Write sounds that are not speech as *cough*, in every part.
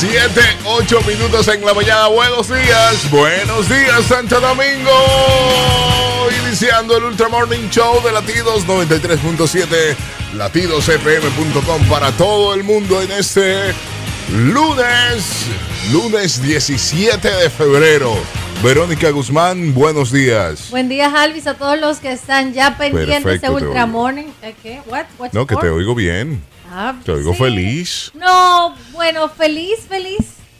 7, 8 minutos en la mañana. Buenos días, buenos días, Santo Domingo. Iniciando el Ultra Morning Show de Latidos 93.7, latidosfm.com para todo el mundo en este lunes, lunes 17 de febrero. Verónica Guzmán, buenos días. Buen día, Alvis, a todos los que están ya pendientes Perfecto, de te Ultra oigo. Morning. Eh, ¿Qué? What? What's No, que for? te oigo bien. Ah, Te oigo sí. feliz. No, bueno, feliz, feliz,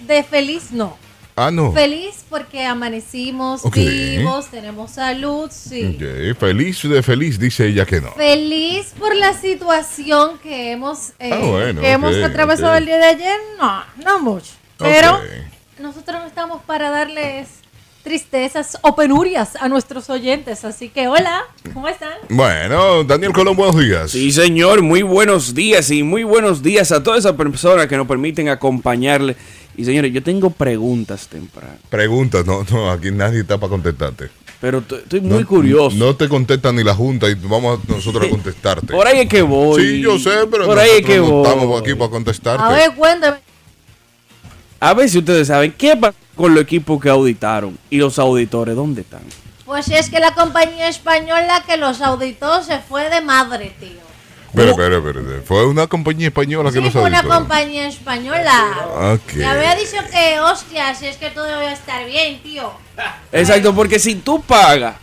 de feliz no. Ah, no. Feliz porque amanecimos Ok. vivos, tenemos salud, sí. Ok, Feliz de feliz, dice ella que no. Feliz por la situación que hemos, eh, Ah, bueno, que hemos ok, atravesado ok. el día de ayer, no, no mucho. Pero Ok. nosotros no estamos para darles tristezas o penurias a nuestros oyentes, así que hola, ¿cómo están? Bueno, Daniel Colón, buenos días. Sí, señor, muy buenos días y muy buenos días a todas esas personas que nos permiten acompañarle. Y señores, yo tengo preguntas temprano, Preguntas, no, no, aquí nadie está para contestarte. pero t- estoy muy No- curioso. No te contesta ni la Junta y vamos a nosotros a contestarte. Por ahí es que voy. sí, yo sé, pero por ahí es nosotros que no voy. estamos aquí para contestarte. A ver, cuéntame. A ver si ustedes saben qué pasó con los equipos que auditaron y los auditores, ¿dónde están? Pues es que la compañía española que los auditó se fue de madre, tío. Pero, pero, pero, pero, fue una compañía española que Sí, nos fue una auditó. compañía española. Ok. Me había dicho que, hostia, si es que todo va a estar bien, tío. Exacto, porque si tú pagas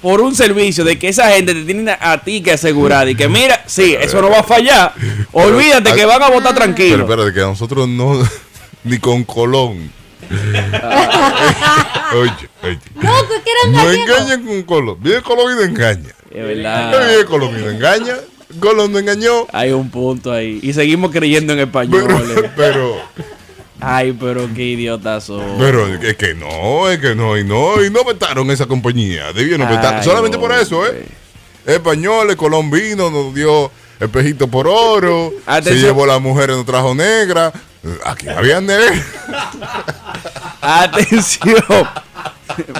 por un servicio de que esa gente te tiene a ti que asegurar y que mira, sí, eso no va a fallar, olvídate que van a votar Pero tranquilo. espérate, que a nosotros no, *laughs* ni con Colón. *laughs* oye, oye. Ah. No, que que eran No gallegos. engañen con Colón. Viene Colón y te engaña. Es verdad. Viene Colón y te engaña. Colón te engañó. Hay un punto ahí. Y seguimos creyendo en Pero, españoles. pero, Ay, pero qué idiotazo. pero es que no, es que no, y no, y no vetaron esa compañía. Debieron vetar. Ay, Solamente por eso, ¿eh? Españoles, colombinos, nos dio espejito por oro. Se Atención. llevó las mujeres, nos trajo negra. Aquí no había negra. Atención.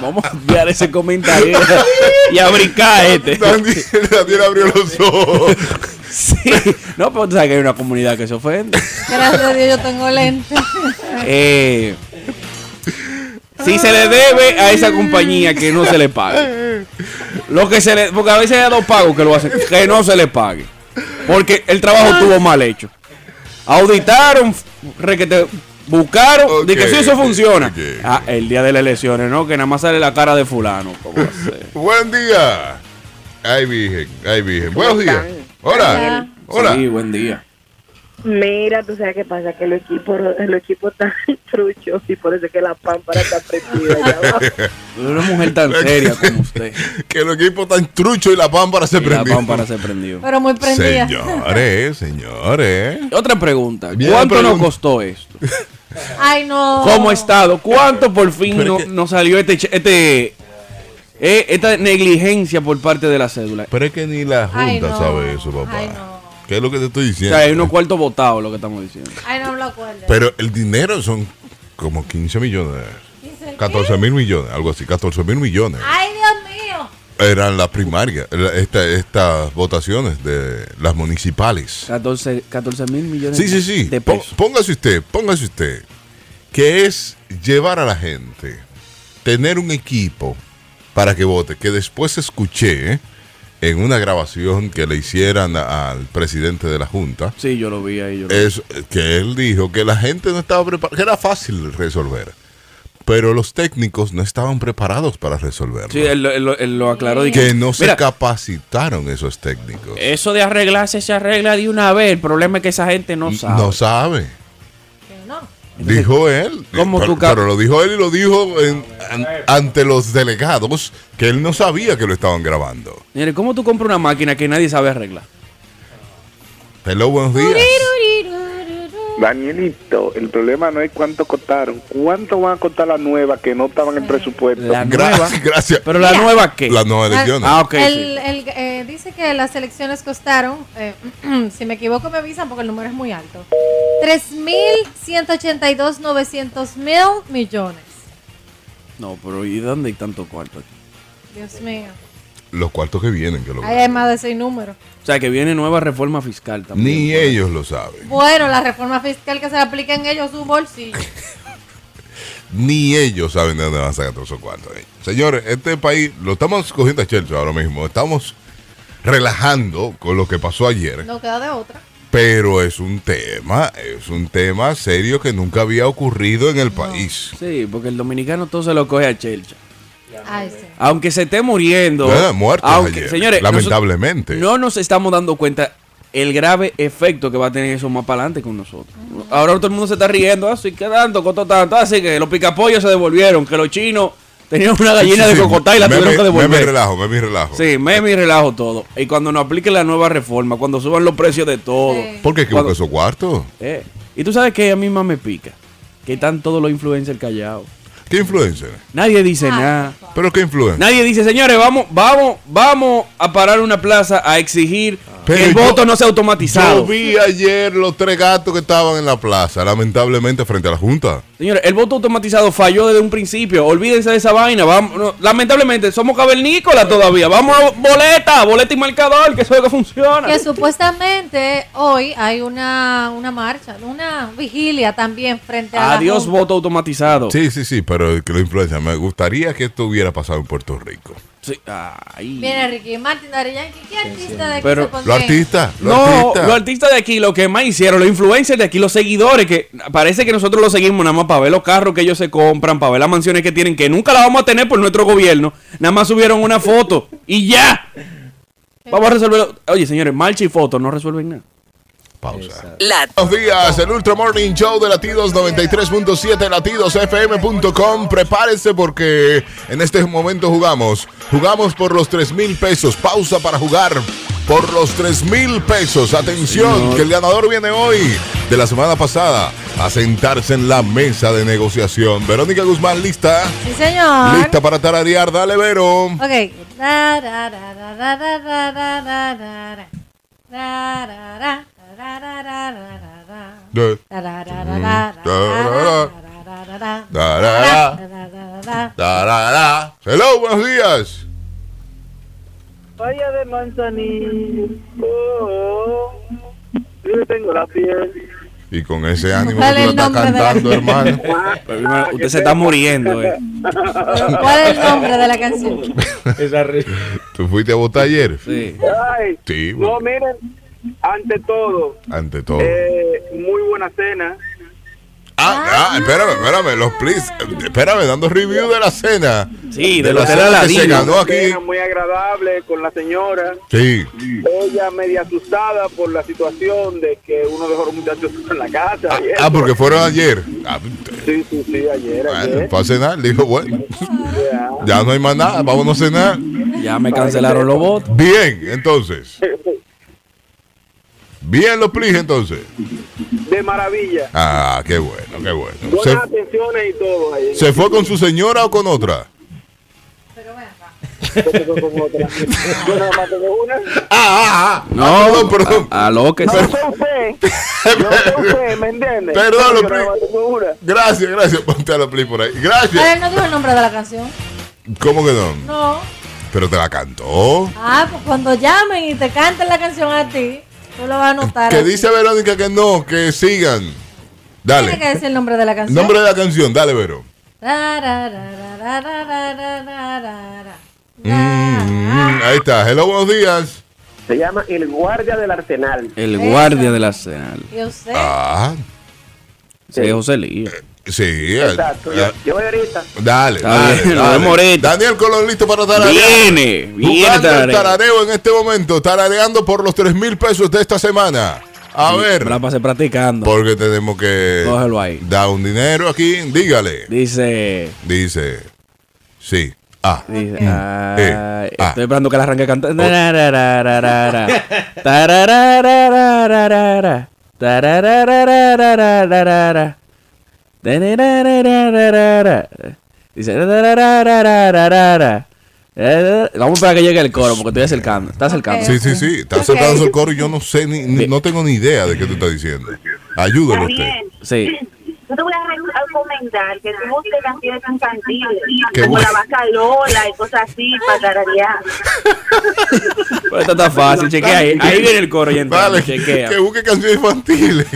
Vamos a enviar ese comentario *laughs* y a brincar *laughs* este. Daniel, Daniel abrió los ojos. Sí. No, pero tú sabes que hay una comunidad que se ofende. Gracias a Dios, yo tengo lente. Eh, si se le debe a esa compañía que no se le pague. Lo que se le, porque a veces hay dos pagos que lo hacen, que no se le pague. Porque el trabajo estuvo mal hecho. Auditaron, requete- buscaron, de que Ok, si eso funciona. ok, ok. Ah, el día de las elecciones, ¿no? Que nada más sale la cara de fulano. ¿cómo va a ser? Buen día. Ay, virgen, ay, virgen. Buenos días. están? Hola. Hola. Sí, buen día. Mira, tú sabes qué pasa, que los equipos, los equipos *laughs* están truchos y por eso es que la pámpara está prendida. allá abajo. *laughs* Una mujer tan seria como usted. Que el equipo tan trucho y la pámpara se Y la prendió. pámpara se prendió. Pero muy prendida. Señores, señores. Otra pregunta. Bien, ¿Cuánto nos pregunta. costó esto? *laughs* Ay, no. como Estado, ¿cuánto por fin Pero no- es que- nos salió este, che- este eh, esta negligencia por parte de la cédula? Pero es que ni la Junta Ay, no. sabe eso, papá. Ay, no. ¿Qué es lo que te estoy O diciendo? sea, hay unos cuartos votados lo que estamos diciendo. Ay, no me lo acuerdo. Pero el dinero son como 15 millones, Dice, 14 mil millones, algo así, 14 mil millones. Ay, Dios mío. Eran las primarias, la- esta- estas votaciones de las municipales. 14, 14 mil millones Sí, sí, sí. de Pó- pesos. Póngase usted, póngase usted, que es llevar a la gente, tener un equipo para que vote, que después escuché en una grabación que le hicieran a- al presidente de la Junta. Sí, yo lo vi ahí. yo lo vi. es que él dijo que la gente no estaba preparada, que era fácil resolver, pero los técnicos no estaban preparados para resolverlo. Sí, él, lo- él lo- él lo aclaró. dije, que no se "Mira, capacitaron esos técnicos. Eso de arreglarse se arregla de una vez. El problema es que esa gente no sabe. No sabe. Que no. Entonces, dijo él. ¿cómo pero, tú cap- pero lo dijo él y lo dijo en- an- ante los delegados que él no sabía que lo estaban grabando. Mire, ¿cómo tú compras una máquina que nadie sabe arreglar? Hello, buenos días. Turiruriru. Danielito, el problema no es cuánto costaron, cuánto van a costar la nueva que no estaba en el presupuesto. La nueva. Gracias, *laughs* gracias. Pero la Mira. nueva, ¿qué? Las nuevas elecciones. Ah, ok. sí. El- el- eh, dice que las elecciones costaron, eh, *clears throat* si me equivoco me avisan porque el número es muy alto, 3.182.900 mil millones. No, pero ¿y dónde hay tanto cuarto aquí? Dios mío. los cuartos que vienen, que lo Ahí hay más de seis números. O sea, que viene nueva reforma fiscal también. Ni ellos lo saben. Bueno, la reforma fiscal que se le aplica en ellos un bolsillo. Ni ellos saben de dónde van a sacar todos esos cuartos. eh. Señores, este país lo estamos cogiendo a Chelsea ahora mismo. Estamos relajando con lo que pasó ayer. No queda de otra. Pero es un tema, es un tema serio que nunca había ocurrido en el país. Sí, porque el dominicano todo se lo coge a Chelcha. Ay, sí. Aunque se esté muriendo. Nada, muertos aunque, ayer, señores, lamentablemente. nosotros No nos estamos dando cuenta el grave efecto que va a tener eso más para adelante con nosotros. Ahora todo el mundo se está riendo, así que tanto, costó tanto, así que los picapollos se devolvieron, que los chinos tenían una gallina Sí, de sí, cocotá y la meme- tuvieron que devolver. Meme y relajo, meme y relajo. Sí, meme y relajo todo. Y cuando nos apliquen la nueva reforma, cuando suban los precios de todo. Sí. ¿Por qué equivocó Cuando- esos cuartos? Eh, Y tú sabes que a mí más me pica. Que están todos los influencers callados. ¿Qué influencer? Nadie dice Ah, nada. ¿Pero qué influencer? Nadie dice, señores, vamos, vamos, vamos a parar una plaza a exigir Ah. Pero que el yo- voto no sea Yo automatizado. vi ayer los tres gatos que estaban en la plaza, lamentablemente frente a la Junta. Señores, el voto automatizado falló desde un principio. Olvídense de esa vaina. Vamos, no, lamentablemente, somos cavernícolas todavía. Vamos a boleta, boleta y marcador, que eso es lo que funciona. Que supuestamente hoy hay una, una marcha, una vigilia también frente a. la Adiós, Junta. voto automatizado. Sí, sí, sí, pero que los influencers. Me gustaría que esto hubiera pasado en Puerto Rico. Sí, ay. Viene Ricky Martin, Daddy Yankee. ¿Qué artista de aquí Pero- se Los pondría? artistas, los No, artistas. los artistas de aquí, lo que más hicieron, los influencers de aquí, los seguidores, que parece que nosotros los seguimos nada más para ver los carros que ellos se compran, para ver las mansiones que tienen, que nunca las vamos a tener por nuestro gobierno. Nada más subieron una foto y ya. Vamos a resolverlo. Oye, señores, marcha y foto no resuelven nada. Pausa. La Buenos días, el Ultra Morning Show de Latidos 93.7 latidosfm.com. Prepárense porque en este momento jugamos. Jugamos por los 3 mil pesos. Pausa para jugar por los 3 mil pesos. Atención, que el ganador viene hoy de la semana pasada a sentarse en la mesa de negociación. Verónica Guzmán, lista. Sí, señor. Lista para tararear. Dale, Vero. Ok. Da, da, da, da, da, da, da, da, da, da, da. Da, da, da, da, da, da, da, da, da. De- Da, da, da, da, da, Mm. da, Da, da, da, da, da, da. da, da, da. Da, da, da, da, da. Tarara. Hello, buenos días. Vaya de manzanillo. Oh. Yo tengo la piel. Y *laughs* con ese ánimo Dale que tú el lo estás nombre de la- cantando, hermano. *laughs* Pero, hermano, usted se está muriendo, *laughs* eh. ¿Cuál es el nombre de la canción? ¿Tú fuiste a votar ayer? Sí. Ay, Sí, no, bueno, miren, ante todo, ante todo. eh, muy buena *laughs* cena. ah, ah, espérame, espérame, los please. eh, Espérame, dando review de la cena. Sí, del la Hotel cena que Aladino. se ganó aquí. Cena muy agradable con la señora. Sí, Ella media asustada por la situación de que uno dejó a los muchachos *laughs* en la casa. ah, y eso. ah, porque fueron ayer. Ah, Sí, sí, sí, ayer, bueno, ayer. para cenar, le dijo, bueno, ya. ya no hay más nada, vámonos a cenar. Ya me cancelaron los votos. Bien, entonces. Bien los please, entonces. De maravilla. Ah, qué bueno, qué bueno. Buenas ¿Se, atenciones y todo ayer. se fue con su señora o con otra? Con otra. Yo nada más tengo una. Ah, ah, ah. No, Ah, perdón, perdón. A, a lo que No sé usted, no sé usted, ¿me entiende? Perdón, Yo lo nada más tengo una. Gracias, gracias. Ponte a los please por ahí. Ah, Gracias. él no dijo el nombre de la canción. ¿Cómo que no? No. Pero te la cantó. Ah, pues cuando llamen y te canten la canción a ti, tú lo vas a anotar. Que aquí. dice Verónica que no, que sigan. Tiene que Dale. decir el nombre de la canción. Nombre de la canción, dale, Vero. Ra, ra, ra, ra, ra, ra, ra, ra, ra, ra, ra. Mm, ahí está. Hello, buenos días. Se llama El Guardia del Arsenal. El Eh, guardia de la cena. Y ¿Eh? usted, Ah, Eh, Sí, José Lía. sí. Exacto. Yo, ah, yo voy ahorita. Dale, Está dale, bien, nos dale. vemos ahorita. Daniel Colón listo para tararear. Viene, viene Jugando el tarareo. tarareo en este momento, tarareando por los 3 mil pesos de esta semana. A ver, Me la pasé practicando. porque tenemos que Cógelo ahí. dar un dinero aquí. Dígale. Dice. Dice, sí. Ah, dice, eh, ay, ah. Estoy esperando que la arranque cantando. Tarararararara. Tarararararara. Tarararararara. Tarararararara. Dice. tarararararara. Eh, Vamos a esperar que llegue el coro porque estoy acercando. Está acercando. sí, sí, sí. Está acercando el coro y yo no sé, ni, ni- no tengo ni idea de qué tú estás diciendo. Ayúdalo usted. Bien, Sí. yo te voy a re- a recomendar que tú busques canciones infantiles, Qué como bueno. la vaca Lola y cosas así, para tararear. Pero esta está fácil, chequea ahí. Ahí viene el coro, ya entrando, Dale, chequea. que busque canciones infantiles.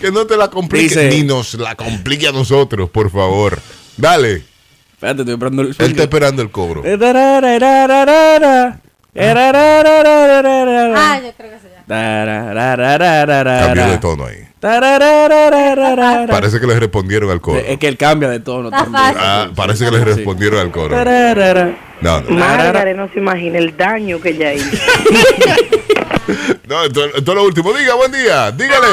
Que no te la complique. Dice- ni nos la complique a nosotros, por favor. Dale. Espérate, estoy esperando el Él está esperando el cobro. Eh, tarara, tararara, tararararararara. Ah, yo *laughs* creo que se llama. Cambio de Tararararararara. tono ahí. Tararararararara. Parece que les respondieron al coro. Es que él cambia de tono. Está también. fácil. Ah, parece que les respondieron al coro. Tararara. No, no. Margaret no se imagina el daño que ella hizo. No, esto, esto es lo último. Diga, buen día. Dígale.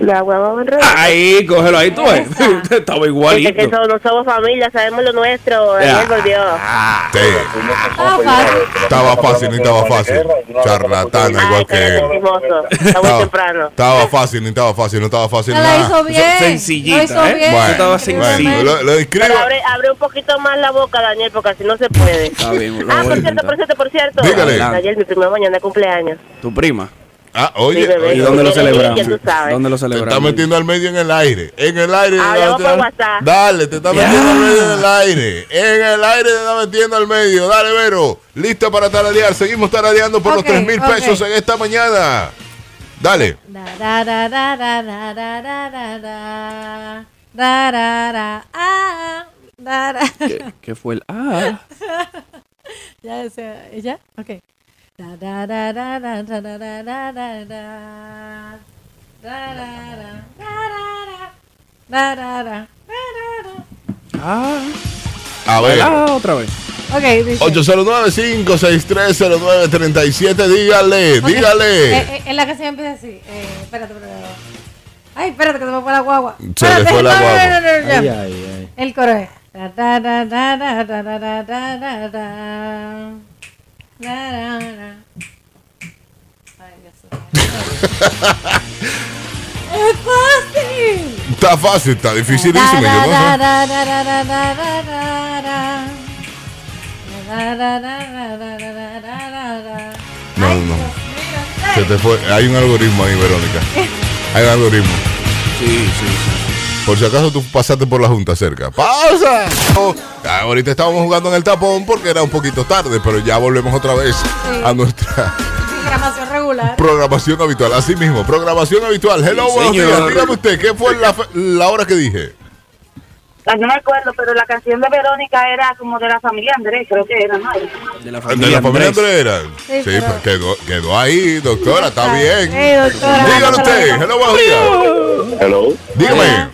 La hueva va en Ahí, cógelo ahí tú. eh. Esa. Estaba Porque que igualito. so- no somos familia, sabemos lo nuestro. Daniel volvió. Ah, Sí, Estaba Ah, fácil. estaba fácil, ni estaba fácil. Charlatana, Ay, igual que cállate, él. chismoso. Está muy temprano. Estaba, estaba fácil, ni estaba fácil, no estaba fácil Se la nada. hizo bien. Sencillita, Lo hizo ¿eh? bien. Bueno, estaba sencilla. Bueno, lo, lo describe. Pero abre, abre un poquito más la boca, Daniel, porque así no se puede. está bien. lo Ah, voy a por cierto, intentar. por cierto, por cierto. Dígale. Daniel, mi primera mañana de cumpleaños. Tu prima. Ah, Sí, oye, bebé. oye, ¿Y dónde lo Ya tú celebramos? sabes. ¿Dónde lo Te está celebramos? metiendo al medio en el aire. En el aire. Ah, te ya vamos está- por WhatsApp. Dale, te está Ya. metiendo al medio en el Ah. aire. En el aire te está metiendo al medio. Dale, Vero. Listo para taradear. Seguimos taradeando por Ok, los 3 mil ok. pesos en esta mañana. Dale. Darararararararara. Darara. Ah, dara. ¿Qué, Eh, qué fue el.? Ah. *laughs* Ya, o sea, ¿ya? Ok. Dararararararararara. Darara. Darara. Darara. Darara. Ah. A ver. Ah, otra vez. Ok, Oh, dice. 809-56309-37. Dígale, Ok. dígale. Eh, eh, en la canción empieza así. Eh, espérate, espérate. Ay, espérate que se me fue la guagua. Se le fue la Espérate, guagua. Ah, no, no, no, no, ya. Ay, ay, ay. El coro es. ta, ta, ta, ta, ta, ta, ta, ta, ta, ta, ta. Na, na, na. Ay, Dios mío. ¡Es fácil! Está fácil, está dificilísimo. yo no sé. No, No, no. Se te fue. Hay un algoritmo *laughs* ahí, Verónica. Hay un algoritmo. Sí, sí. Por si acaso tú pasaste por la junta cerca. ¡Pausa! Oh, ahorita estábamos jugando en el tapón porque era un poquito tarde, pero ya volvemos otra vez a nuestra Programación regular. programación habitual. Así mismo, programación habitual. Hello, Sí, buenos señor. días. Dígame usted, ¿qué fue la, fe- la hora que dije? Ah, No me acuerdo, pero la canción de Verónica era como de la familia Andrés, creo que era, ¿no? De la De familia. la familia Andrés. Andrés era. Sí, Sí, pero- pues quedó, quedó ahí, doctora, está bien. Ey, doctora, no se Dígame la usted, dejo. hello, buenos días. Hello. Dígame. Hola.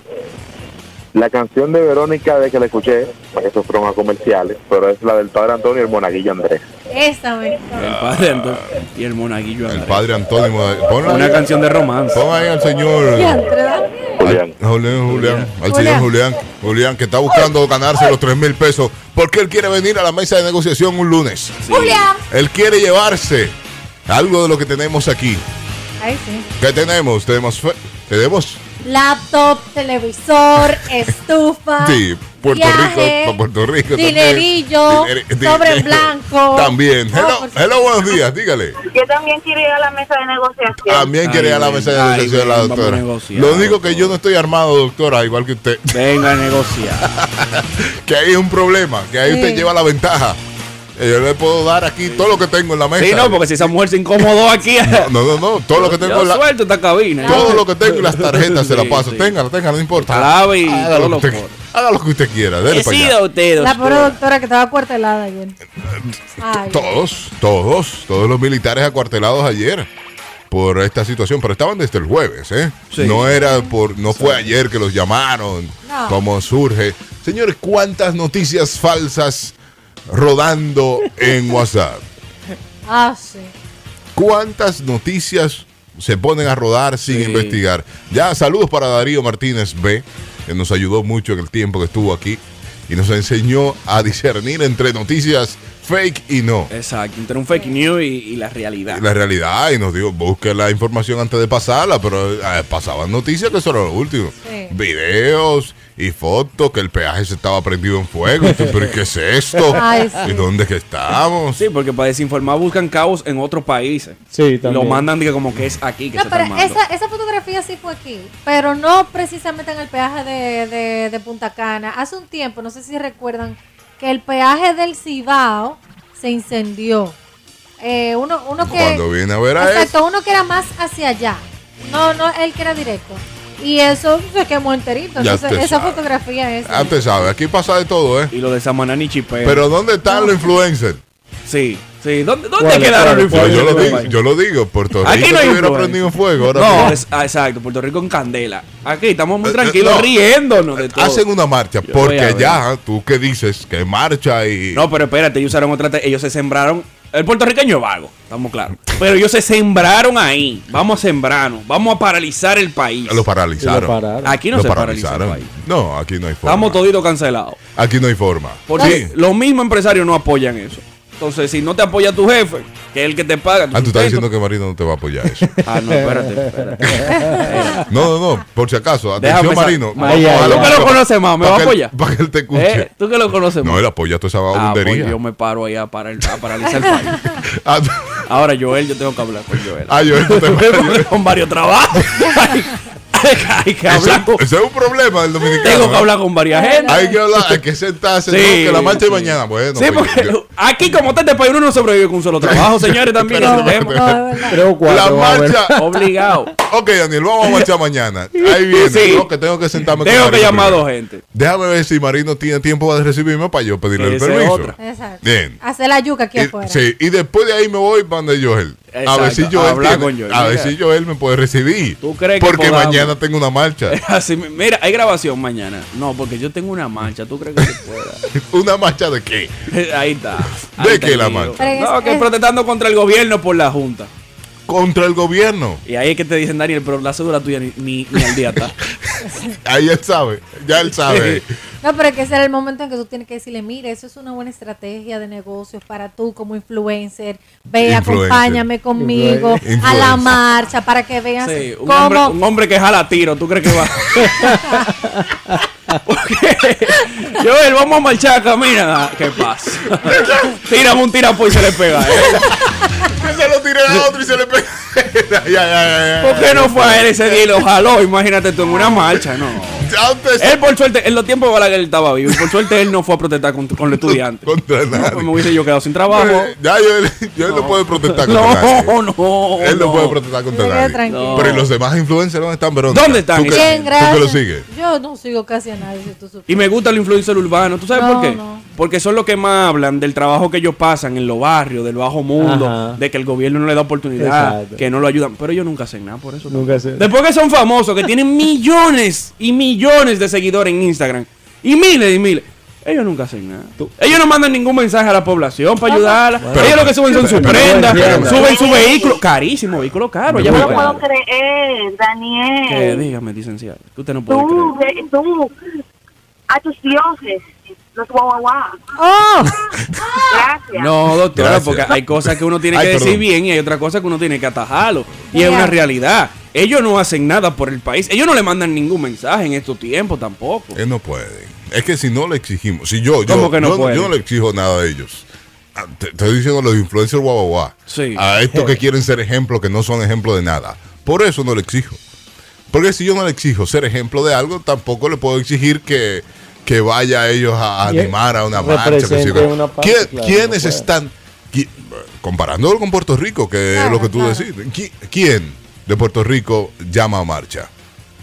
La canción de Verónica de que la escuché, para que esos programas comerciales, pero es la del padre Antonio y el monaguillo Andrés. Esta me encanta. El padre Andrés y el monaguillo El Andrés. padre Antónimo. Ponlo Una ahí, canción de romance. pon ahí al señor. Y entre Daniel. Julián. Al- Julián, Julián, al Julián. señor Julián, Julián, que está buscando ganarse los 3 mil pesos porque él quiere venir a la mesa de negociación un lunes. Sí. Julián. Él quiere llevarse algo de lo que tenemos aquí. Ahí sí. ¿Qué tenemos? Tenemos, fe- tenemos, Laptop, televisor, estufa. sí, Puerto viaje, Rico, pa' Puerto Rico, también. Dinerillo, Dineri- sobre *laughs* dinero. en blanco. También. Oh, Hello, por supuesto. hello, buenos días, dígale. Yo también quiero ir a la mesa de Ah, negociación. También quiere ir a la Ay, mesa de ven, negociación ay, la ven, vamos doctora. a negociar, Lo único que doctora. yo no estoy armado, doctora, igual que usted. Venga a negociar. que ahí es un problema, que ahí Sí. usted lleva la ventaja. Eh, *laughs* Yo le puedo dar aquí todo lo que tengo en la mesa. Sí, no, porque si esa mujer se incomodó aquí. *laughs* No, no, no, todo lo que tengo Yo en la, suelto esta cabina. *laughs* todo lo que tengo y las tarjetas se las Sí, paso. sí. Téngala, téngala, no importa. Clave y haga, todo lo lo que usted, por- haga lo que usted quiera, dele para allá. Decida usted, La pobre doctor. doctora que estaba cuartelada ayer. Ay, Todos, todos, todos los militares acuartelados ayer por esta situación, pero estaban desde el jueves, ¿eh? Sí. No era por, no fue ayer que los llamaron, No. como surge. Señores, cuántas noticias falsas rodando en WhatsApp. ah, sí. ¿Cuántas noticias se ponen a rodar sin Sí. investigar? Ya, saludos para Darío Martínez B, que nos ayudó mucho en el tiempo que estuvo aquí y nos enseñó a discernir entre noticias fake y no. Exacto, entre un fake news y, y la realidad. La realidad, y nos dijo, busque la información antes de pasarla, pero eh, pasaban noticias que eso era lo último. Sí. Videos y fotos, que el peaje se estaba prendido en fuego. Y tú, pero ¿y ¿qué es esto? Ay, sí. ¿Y dónde es que estamos? Sí, porque para desinformar buscan caos en otros países. Sí, Y Lo también. mandan diga, como que es aquí que No, se está pero armando. esa, esa fotografía sí fue aquí, pero no precisamente en el peaje de, de- de Punta Cana. Hace un tiempo, no sé si recuerdan, que el peaje del Cibao se incendió. Eh, uno, uno que. Cuando viene a ver a él. Exacto, uno que era más hacia allá. No, no, él que era directo. Y eso se quemó enterito. Ya Entonces, te esa sabes. fotografía es. Ah, te sabes, aquí pasa de todo, ¿eh? Y lo de Samanani Chipeo. Pero ¿dónde están los influencers? sí, sí. ¿Dónde, dónde ¿Cuál, quedaron los cuál, Pues influencers? yo lo del digo, país? yo lo digo, Puerto Rico Aquí no hay hubiera influencer. prendido fuego ahora No, mismo. es- ah, exacto, Puerto Rico en candela. Aquí estamos muy Eh, eh, tranquilos no. Eh, riéndonos de todo. Hacen una Yo marcha, voy porque a ver. allá tú que dices que marcha y... No, pero espérate, ellos usaron otra. te- Ellos se sembraron. El puertorriqueño es vago, estamos claros. Pero ellos se sembraron ahí. Vamos a sembrarnos. Vamos a paralizar el país. Lo Y lo paralizaron. pararon. Aquí no Lo se paraliza el paralizaron. país. No, aquí no hay forma. Estamos toditos cancelados. Aquí no hay forma. Porque Sí. los mismos empresarios no apoyan eso. Entonces, si no te apoya tu jefe, que es el que te paga. Ah, tú estás sustento- diciendo que Marino no te va a apoyar eso. *laughs* Ah, no, espérate, espérate. *laughs* No, no, no, por si acaso. Atención, Déjame sa- Marino. ay, Ay, Ojalá ay. que- Tú que lo conoces más, ¿me para va a que él- apoyar? Para que él te escuche. Eh, Tú que lo conoces No, más. él apoya toda esa Ah, pues vagabundería. yo me paro ahí a, parar- a *laughs* paralizar el país. Ah, tú- Ahora, Joel, yo tengo que hablar con Joel. ah, yo esto te *laughs* Porque con varios *laughs* trabajos. *laughs* Hay, hay que hablar con- Ese- Ese es un problema del dominicano. tengo que ¿eh? hablar con varias gente. Hay que hablar, hay que sentarse. no, que la marcha sí. de mañana. Bueno, Sí, pues, porque yo- aquí, como está este país, uno no sobrevive con un solo trabajo, *laughs* señores, también No, ese no, de tema. verdad. Tres o la cuatro. va a haber. marcha. *laughs* Obligado. Ok, Daniel, vamos a marchar mañana. Ahí viene. Sí. No, que tengo que sentarme con Tengo que Marino llamar a primero. dos gente. Déjame ver si Marino tiene tiempo de recibirme para yo pedirle el Esa es permiso. otra. Exacto. Bien. Hacer la yuca aquí Y- afuera. sí, y después de ahí me voy para donde Joel. A Exacto, ver si a Joel, hablar tiene- con Joel. a ver Mira. si Joel me puede recibir. ¿Tú crees que Porque podamos? mañana tengo una marcha. *laughs* Así, mira, hay grabación mañana. No, porque yo tengo una mancha. ¿Tú crees que se pueda? *laughs* ¿Una marcha de qué? *laughs* Ahí está. ¿De Ahí está qué el la lío. mancha? Pero es- No, que es- protestando contra el gobierno por la junta. Contra el gobierno. Y ahí es que te dicen, Daniel, pero la cédula tuya ni, ni, ni al día está. *laughs* Ahí él sabe. Ya él sabe. No, pero es que ese era el momento en que tú tienes que decirle, mire, eso es una buena estrategia de negocios para tú como influencer. Ve, Influencer. acompáñame conmigo Influencer. a la marcha para que veas Sí, un, hombre, cómo... un hombre que jala tiro, ¿tú crees *laughs* que va? Porque Joel, vamos a marchar, camina. Ah, ¿Qué *laughs* pasa? Tírame un tirapo y se le pega. ¿eh? *laughs* Yo se lo tiré a otro y se le pegó. ya, ya, ya, ya. ¿Por qué no fue a él ese día y lo jaló? Imagínate tú en una marcha, no. Ya usted Él, por suerte, en los tiempos de Balaguer él estaba vivo. y Por suerte, él no fue a protestar con, con los estudiantes. Contra nadie. No, me hubiese yo quedado sin trabajo. Ya Joel, Joel no. puede protestar contra nadie. No, Oh, no. Él no, puede Me protestar. protestar quedo contra nadie. tranquila. Pero ¿y los demás influencers dónde están, Verónica? ¿Dónde están? ¿Tú que, Bien, tú gracias. que lo sigues? Yo no sigo casi a nadie, si tú supieras. Y me gusta el influencer urbano. ¿Tú sabes No, por qué? no. Porque son los que más hablan del trabajo que ellos pasan en los barrios, del bajo mundo, Ajá. de que el gobierno no le da oportunidad, Exacto. que no lo ayudan. Pero ellos nunca hacen nada por eso. Nunca se. Después que son famosos, que tienen millones y millones de seguidores en Instagram, y miles y miles, ellos nunca hacen nada. Ellos no mandan ningún mensaje a la población para ayudarla. Pero- ellos lo que suben son sus pero- prendas, pero- pero- suben su pero- vehículo. Carísimo, vehículo caro. Ya Yo me no puedo acuerdo. creer, que Daniel. dígame, licenciado, que usted no puede Tú, creer. ve- tú, eh, a tus dioses, los guaguaguá. ¡Oh! Gracias. No, doctora, Gracias. porque hay cosas que uno tiene que Ay, decir perdón. bien y hay otras cosas que uno tiene que atajarlo. Y es Mira. una realidad. Ellos no hacen nada por el país. Ellos no le mandan ningún mensaje en estos tiempos tampoco. Él Eh, no puede. Es que si no le exigimos, si yo, yo, ¿Cómo que no yo, puede? yo no le exijo nada a ellos. Ah, Te, te estoy diciendo a los influencers guau, guau, guau. Sí. A Eh. estos que quieren ser ejemplo, que no son ejemplo de nada. Por eso no le exijo. Porque si yo no le exijo ser ejemplo de algo, tampoco le puedo exigir que, que vaya a ellos a Y- animar a una marcha. que represente sé yo. una parte, ¿Quién- claro, ¿Quiénes no puede. están? qui- comparándolo con Puerto Rico, que es Claro, lo que tú claro. decís. ¿qui- ¿Quién de Puerto Rico llama a marcha?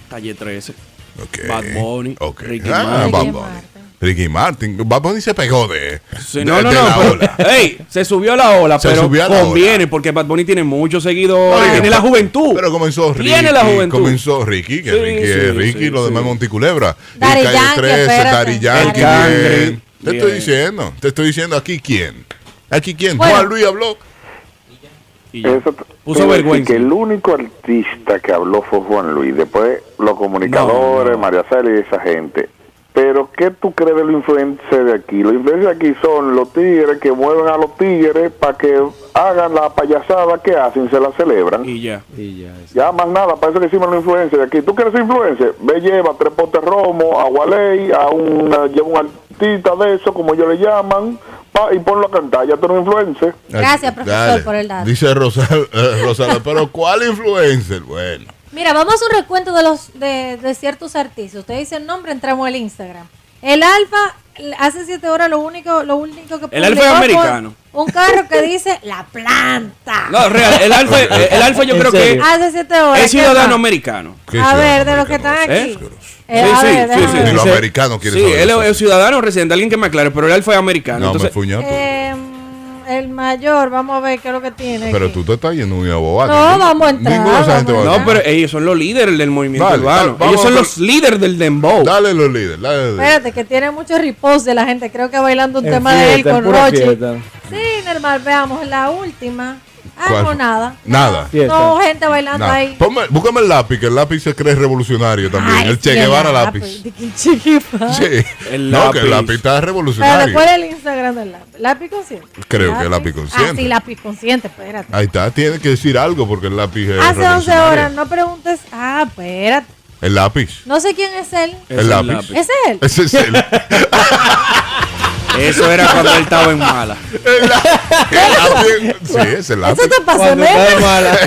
Calle 13. Okay. Bad Bunny, Ok. Ricky Ah, Martin. Bad Ricky Bunny. Martin. Ricky Martin. Bad Bunny se pegó de, Sí, de- no, no, de no. la pero- ola. Ey, se subió a la ola, Se pero subió a la conviene porque Bad Bunny tiene muchos seguidores. Oye, tiene la juventud. Pero comenzó Ricky. Tiene la juventud. Comenzó Ricky, que Sí, Ricky sí, es Ricky, sí, lo demás sí. es Monticulebra. Y Daddy Calle Yankee, 13, espérate. Daddy Yankee, El Cangre. bien. Te estoy Bien. diciendo, te estoy diciendo aquí quién. Aquí quién. Bueno. Juan Luis habló. Y ya. Eso t- Puso tengo que decir vergüenza. Que el único artista que habló fue Juan Luis. Después los comunicadores, No. María Sala y esa gente. Pero ¿qué tú crees de los influencers de aquí? Los influencers de aquí son los tigres que mueven a los tigres para que hagan la payasada que hacen, se la celebran. Y ya. Y ya, es- Ya más nada, para eso que hicimos los influencers de aquí. ¿Tú quieres ser influencer? Ve, lleva tres potes de romo, agua ley, a un, lleva un artista de eso, como ellos le llaman, pa, y ponlo a cantar. Ya tú eres influencer. Gracias, profesor, Dale. por el dato. Dice Rosal, eh, Rosal, pero ¿cuál influencer? Bueno. Mira, vamos a un recuento de los de, de ciertos artistas. Usted dice el nombre, entramos al Instagram. El Alfa hace siete horas lo único, lo único que El Alfa es publicó fue americano. Un carro que dice la planta. No, real, el alfa, el, el alfa yo *laughs* ¿En creo que serio? hace siete horas. es ciudadano ¿qué americano. Qué más? A ver, grosero, de los qué que están grosero, ¿Eh? aquí. qué grosero. Eh, Sí, a sí, ver, sí, déjame sí. Y ver. los Dice- americanos quieren Sí, saber él eso. es ciudadano residente, alguien que me aclare, pero el alfa es americano. No, me entonces, fuñó. tú. Em, el mayor, vamos a ver qué es lo que tiene. pero aquí. tú te estás yendo muy abogado. No, vamos a entrar, Ninguno de esa vamos gente a va a no, entrar. entrar. pero ellos son los líderes del movimiento Dale, urbano. dale, ellos son los vamos líderes del dembow. Dale los líderes. dale los líderes. Espérate, que tiene muchos ripos de la gente. Creo que bailando un En tema de él fiesta, en con pura Rochi. fiesta. Sí, normal, veamos la última. Ah, ¿Cuál? no, nada. Nada. Fiesta. No, gente bailando Nada. ahí. Ponme- búscame el lápiz, que el lápiz se cree revolucionario también. Ay, el Che sí, Guevara el lápiz. de pues, que el Che Guevara. *laughs* Sí. El no, que lápiz. el lápiz está Espérate, revolucionario. Ah. ¿cuál es el Instagram del lápiz? ¿Lápiz consciente? Creo que lápiz consciente. Ah, sí, lápiz consciente, espérate. Ahí está, tiene que decir algo porque el lápiz es Hace 11 revolucionario. horas, Ah, no preguntes. Ah, espérate. El lápiz. No sé quién es él. Es El lápiz. ¿Es él? Ese es el, *laughs* Eso era cuando él estaba en mala. *laughs* el lápiz. Sí, es el lápiz. Eso te pasó, Cuando está de ¿no? mala.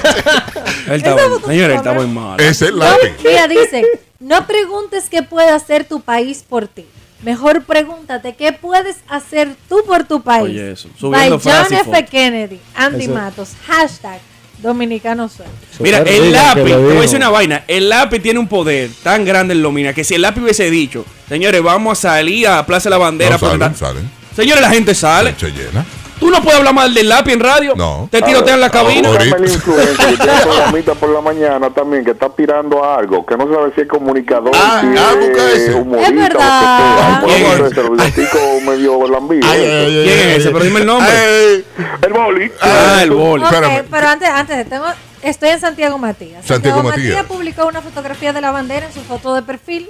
Él estaba, Esa foto señor, está él estaba mal. en mala. Es el No, lápiz. mira, dice, no preguntes qué puede hacer tu país por ti. Mejor pregúntate qué puedes hacer tú por tu país. Oye, eso. Subiendo By John frase y F. foto. Kennedy, Andy Eso. Matos, hashtag dominicano suelto. Mira, Super el rica que lápiz, te lo voy a digo. decir una vaina, el lápiz tiene un poder tan grande en Lomina que si el lápiz hubiese dicho, señores, vamos a salir a Plaza de la Bandera. No a salen, presentar-". salen. Señores, la gente sale. Se llena. ¿Tú no puedes hablar mal del lápiz en radio? No. Ah, ¿Te tirotean la cabina? ahora- Dígame el influencer que tiene programita por la mañana también que está aspirando a algo, que no sabe si es comunicador, Ah, si ah, busca es ese. humorista, Es verdad. o qué sea. Por ¿Quién lo es? menos el saluditico medio lambido. ¿eh? ¿Quién es ese? Pero dime el nombre. Ay, El boli. Ah, el boli. Ok, espérame. pero antes, antes tengo, estoy en Santiago Matías. Santiago Matías. Matías. publicó una fotografía de la bandera en su foto de perfil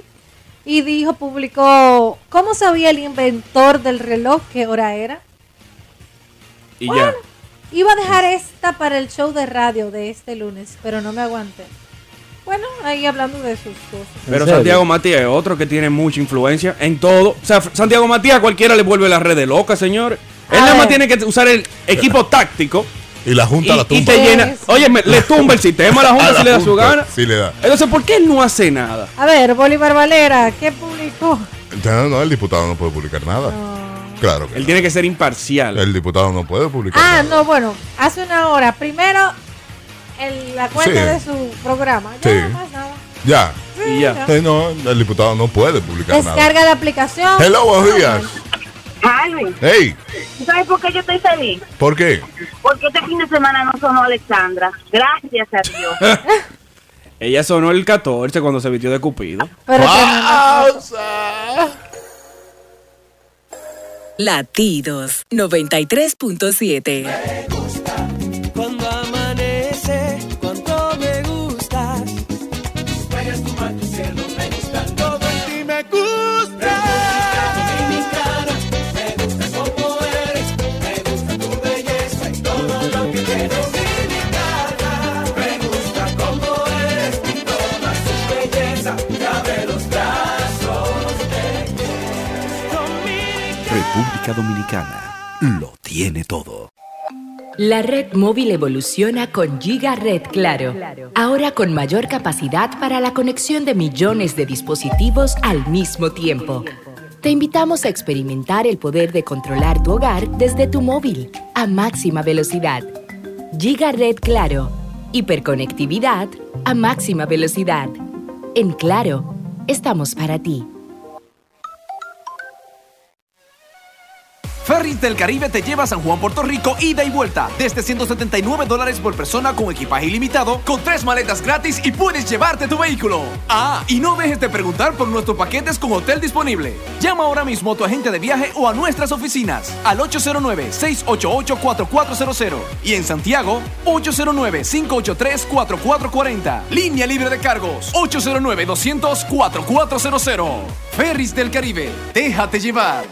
y dijo, publicó, ¿cómo sabía el inventor del reloj qué hora era? Y ya. Iba a dejar esta para el show de radio de este lunes, pero no me aguanté. Bueno, ahí hablando de sus cosas. Pero ¿En serio? Santiago Matías es otro que tiene mucha influencia en todo. O sea, Santiago Matías a cualquiera le vuelve las redes locas, señor. A Él Ah. nada ver. más tiene que usar el equipo táctico Y la y, junta la y tumba. te llena. Eso. Oye, me- le tumba el sistema a la Junta *laughs* A si la le da su junta, gana. Sí le da. Entonces, ¿por qué él no hace nada? A ver, Bolívar Valera, ¿qué publicó? No, no, el diputado no puede publicar nada. Claro que Él no. tiene que ser imparcial. El diputado no puede publicar Ah, nada. no, bueno, hace una hora. Primero, el- la cuenta Sí. de su programa. Ya, Sí. más nada. Ya. Sí, Y ya. Eh, No, el diputado no puede publicar Descarga la aplicación. nada. Hello, buenos días. Alvin, Hey, ¿tú ¿sabes por qué yo estoy feliz? ¿por qué? Porque este fin de semana no sonó Alexandra. Gracias a Dios. Ella sonó el 14 cuando se vistió de Cupido. Pero Pausa. Latidos 93.7. Cuando amanece, cuánto me gustas. Todo en ti me gusta. Me gusta cómo eres, me gusta tu belleza y todo lo que tienes dominicana. Me gusta cómo eres y toda su belleza. Ya ve los brazos de dominicana. República Dominicana lo tiene todo. La red móvil evoluciona con Giga Red Claro. Ahora con mayor capacidad para la conexión de millones de dispositivos al mismo tiempo. Te invitamos a experimentar el poder de controlar tu hogar desde tu móvil a máxima velocidad. Giga Red Claro. Hiperconectividad a máxima velocidad. En Claro, estamos para ti. Ferris del Caribe te lleva a San Juan, Puerto Rico, ida y vuelta. Desde 179 dólares por persona con equipaje ilimitado, con tres maletas gratis y puedes llevarte tu vehículo. Ah, y no dejes de preguntar por nuestros paquetes con hotel disponible. Llama ahora mismo a tu agente de viaje o a nuestras oficinas al 809-688-4400. Y en Santiago, 809-583-4440. Línea libre de cargos, 809-200-4400. Ferris del Caribe, déjate llevar.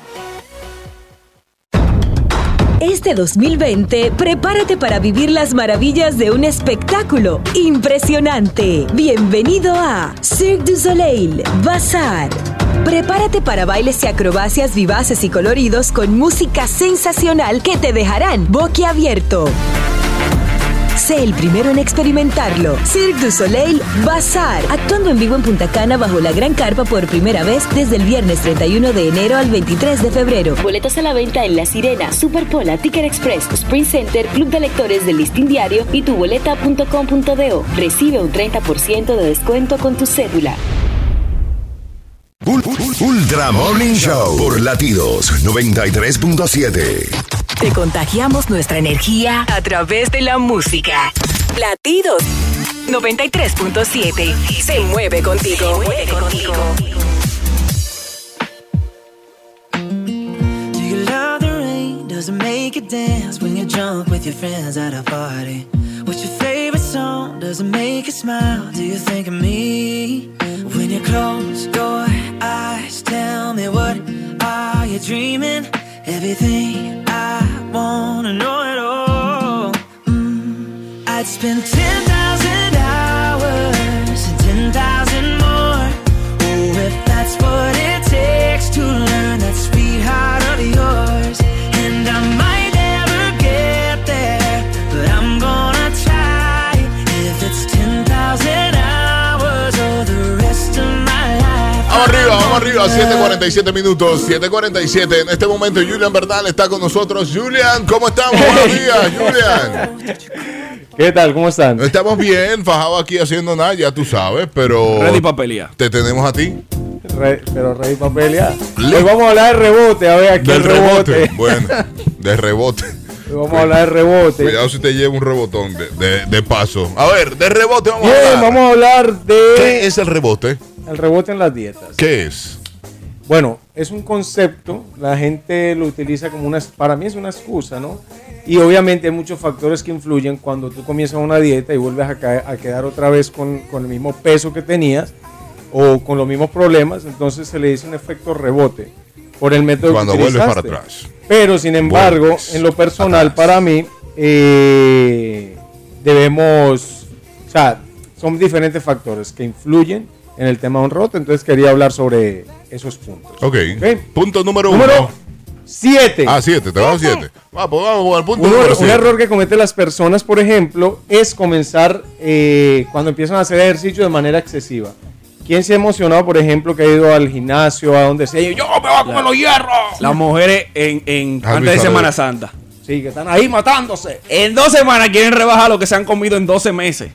Este 2020, prepárate para vivir las maravillas de un espectáculo impresionante. Bienvenido a Cirque du Soleil Bazar. Prepárate para bailes y acrobacias vivaces y coloridos con música sensacional que te dejarán boquiabierto. Sé el primero en experimentarlo. Cirque du Soleil Bazar, actuando en vivo en Punta Cana bajo la gran carpa por primera vez desde el viernes 31 de enero al 23 de febrero. Boletos a la venta en La Sirena, Superpola, Ticket Express, Spring Center, Club de Lectores del Listín Diario y tuboleta.com.do. Recibe un 30% de descuento con tu cédula. Ul- Ul- Ultra Morning Show por latidos 93.7. Te contagiamos nuestra energía a través de la música. Latidos 93.7 se mueve contigo. Do you love the rain? Does it make you dance when you jump with your friends at a party? What's your favorite song? Does it make you smile? Do you think of me? When you close your eyes, tell me what are you dreaming? Everything I wanna know it all. Mm. I'd spend 10,000 hours and 10,000 more. Oh, if that's what it takes to learn that sweetheart of yours. And I might never get there, but I'm gonna try. If it's 10,000 hours or the rest of my life. Vamos arriba, vamos arriba, 7.47 minutos, 7.47. En este momento Julian Bernal está con nosotros. Julian, ¿cómo estamos? Buenos días, Julian. ¿Qué tal? ¿Cómo están? Estamos bien, fajado aquí haciendo nada, ya tú sabes, pero... Ready pa' pelear. Te tenemos a ti. Re- pero rey papel ya. Hoy vamos a hablar de *laughs* rebote, a ver aquí Del el rebote. rebote. Bueno, de rebote. Hoy vamos a hablar de rebote. Cuidado si te lleva un rebotón de, de- de paso. A ver, de rebote vamos Bien, a hablar. vamos a hablar de ¿Qué es el rebote? el rebote en las dietas. ¿Qué es? Bueno, es un concepto, la gente lo utiliza como una, para mí es una excusa, ¿no? Y obviamente hay muchos factores que influyen cuando tú comienzas una dieta y vuelves a, caer- a quedar otra vez con, con el mismo peso que tenías o con los mismos problemas, entonces se le dice un efecto rebote por el método Cuando que vuelves para utilizaste. atrás. Pero sin embargo, Pues, en lo personal, para mí, eh, debemos, o sea, son diferentes factores que influyen en el tema de un rebote, entonces quería hablar sobre esos puntos. Ok. Punto número, Número uno. 7. Ah, siete, te vamos a siete. Vamos, vamos, vamos al punto Un, número error- un siete. error que cometen las personas, por ejemplo, es comenzar eh, cuando empiezan a hacer ejercicio de manera excesiva. ¿Quién se ha emocionado, por ejemplo, que ha ido al gimnasio, a donde sea? y yo me voy a comer los hierros. Las mujeres en, en- Ah, antes de Luis, Semana a ver. Santa. Sí, que están ahí matándose. En dos semanas quieren rebajar lo que se han comido en 12 meses.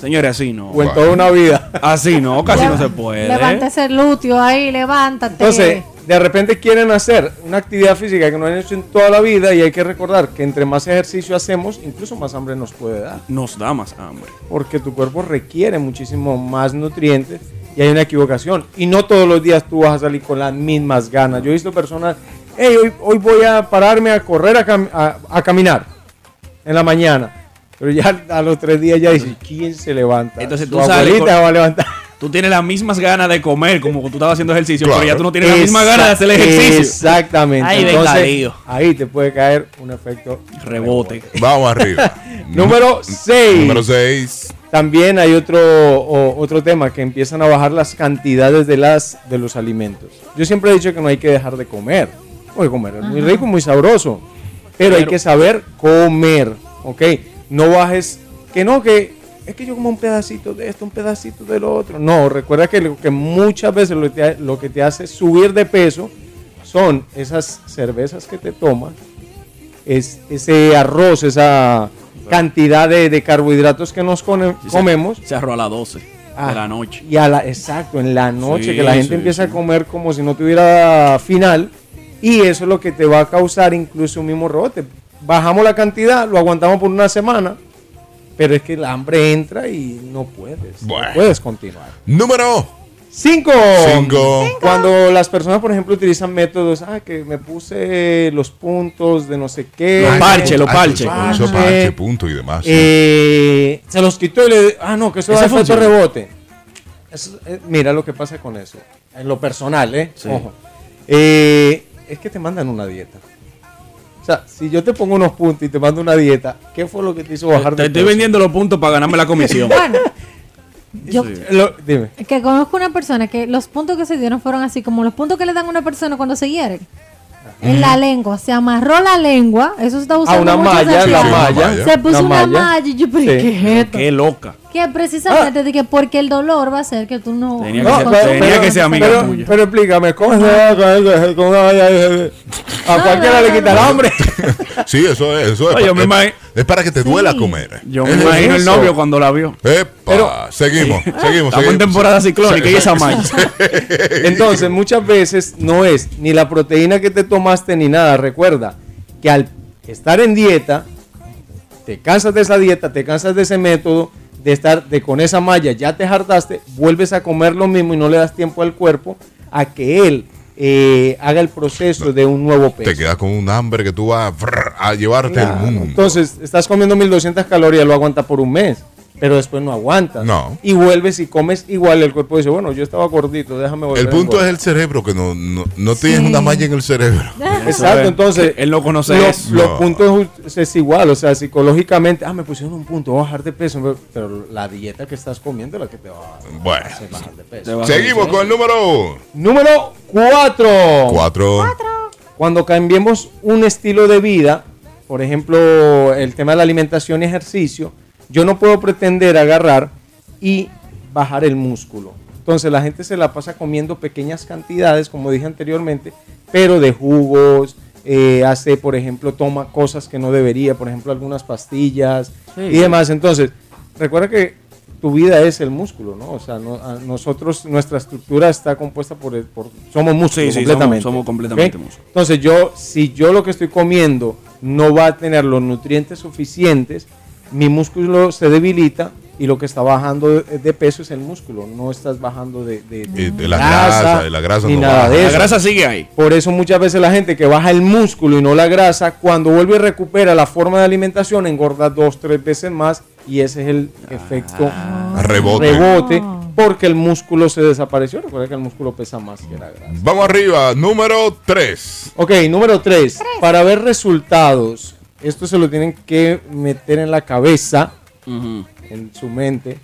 Señores, así no. O en toda una vida. Así Ah, no, pues. casi no se Levanta puede. ese lúteo ahí, levántate. Entonces, de repente quieren hacer una actividad física que no han hecho en toda la vida y hay que recordar que entre más ejercicio hacemos, incluso más hambre nos puede dar. Nos da más hambre. Porque tu cuerpo requiere muchísimo más nutrientes y hay una equivocación. Y no todos los días tú vas a salir con las mismas ganas. Yo he visto personas, hey, hoy, hoy voy a pararme a correr, a, cam- a- a caminar en la mañana. Pero ya a los tres días ya dices, ¿quién se levanta? Entonces Su tú sales abuelita con- va a levantar. Tú tienes las mismas ganas de comer como cuando tú estabas haciendo ejercicio, Claro. pero ya tú no tienes las mismas Exa- ganas de hacer el ejercicio. Exactamente. Ay, venga, lío. Entonces, ahí te puede caer un efecto Rebote. *laughs* Vamos arriba. Número 6. Número 6. También hay otro, o- otro tema que empiezan a bajar las cantidades de, las, de los alimentos. Yo siempre he dicho que no hay que dejar de comer. Porque comer es muy Ajá. rico, muy sabroso. Pero hay Pero- que saber comer, ¿ok? No bajes, que no, que es que yo como un pedacito de esto, un pedacito de lo otro. No, recuerda que, lo que muchas veces lo, que te- lo que te hace subir de peso son esas cervezas que te tomas, es, ese arroz, esa cantidad de, de carbohidratos que nos cone- Sí, se- comemos. Se arró a las 12 Ah, de la noche. Y a la, exacto, en la noche, Sí, que la gente sí, empieza a comer como si no tuviera final. Y eso es lo que te va a causar incluso un mismo rebote. Bajamos la cantidad, lo aguantamos por una semana, pero es que el hambre entra y no puedes. no Bueno. puedes continuar. Número 5. Cinco. Cuando las personas, por ejemplo, utilizan métodos, ah, que me puse los puntos de no sé qué. Ah, Ay, parches, ay, eso parche, Este punto y demás. sí. eh, se los quitó y le ah no que eso Esa da efecto funciona. rebote Eso, eh, mira lo que pasa con eso en lo personal eh, Sí. Ojo. Eh, es que te mandan una dieta o sea si yo te pongo unos puntos y te mando una dieta qué fue lo que te hizo bajar Te de estoy peso? vendiendo los puntos para ganarme *laughs* la comisión. Bueno, yo, Lo- dime. que conozco una persona que los puntos que se dieron fueron así como los puntos que le dan a una persona cuando se hieren. en la lengua, se amarró la lengua, eso se está usando una mucho en malla, Santiago. la malla. Se puso Una una malla. malla y yo, pero Sí. Ah. ¿qué es esto? Qué loca. Que precisamente de que porque el dolor va a hacer que tú no. Tenía no que ser- consumas tenía que ser amiga pero, tuya. pero explícame, ¿cómo se Ah. va con eso? Con una valla de- A cualquiera le quita el hambre. Sí, eso es. Eso es, No, yo pa- me es- imagino- es para que te duela comer. Eh, Yo me Es imagino el eso. novio cuando la vio. Epa, seguimos, seguimos, seguimos. eh, Estamos en temporada ciclónica y esa malla. mancha. *laughs* Entonces, muchas veces no es ni la proteína que te tomaste ni nada. Recuerda que al estar en dieta, te cansas de esa dieta, te cansas de ese método, de estar de con esa malla, ya te hartaste, vuelves a comer lo mismo y no le das tiempo al cuerpo a que él eh, haga el proceso de un nuevo peso. Te quedas con un hambre que tú vas brr, a llevarte Claro. el mundo. Entonces, estás comiendo 1200 calorías, lo aguanta por un mes, pero después no aguantas. No. Y vuelves y comes igual, el cuerpo dice, bueno, yo estaba gordito, déjame volver. El a punto es engordar". el cerebro, que no, no, no tienes una malla en el cerebro. *laughs* Exacto, entonces Él no conoce los, eso. los No. puntos es- es igual, o sea, psicológicamente, ah, me pusieron un punto, voy a bajar de peso, pero- pero la dieta que estás comiendo es la que te va a Bueno. hacer bajar de peso. Seguimos con el número Número 4. 4. Cuando cambiemos un estilo de vida, por ejemplo, el tema de la alimentación y ejercicio, yo no puedo pretender agarrar y bajar el músculo. Entonces la gente se la pasa comiendo pequeñas cantidades, como dije anteriormente, pero de jugos, eh, hace, por ejemplo, toma cosas que no debería, por ejemplo, algunas pastillas Sí. y demás. Entonces, recuerda que tu vida es el músculo, ¿no? O sea, no- a nosotros, nuestra estructura está compuesta por, el- por somos músculo Sí, sí, completamente. somos- somos completamente ¿ok? músculo. Entonces, yo, si yo lo que estoy comiendo no va a tener los nutrientes suficientes, mi músculo se debilita y lo que está bajando de, de peso es el músculo, no estás bajando de, de, Y de la grasa, de la grasa ni no nada baja. de La eso. grasa sigue ahí. Por eso muchas veces la gente que baja el músculo y no la grasa, cuando vuelve y recupera la forma de alimentación, engorda dos, tres veces más y ese es el efecto Ah, Rebote. rebote, porque el músculo se desapareció. Recuerda que el músculo pesa más que la grasa. Vamos arriba, número 3. Ok, número 3. Para ver resultados, esto se lo tienen que meter en la cabeza, en su mente.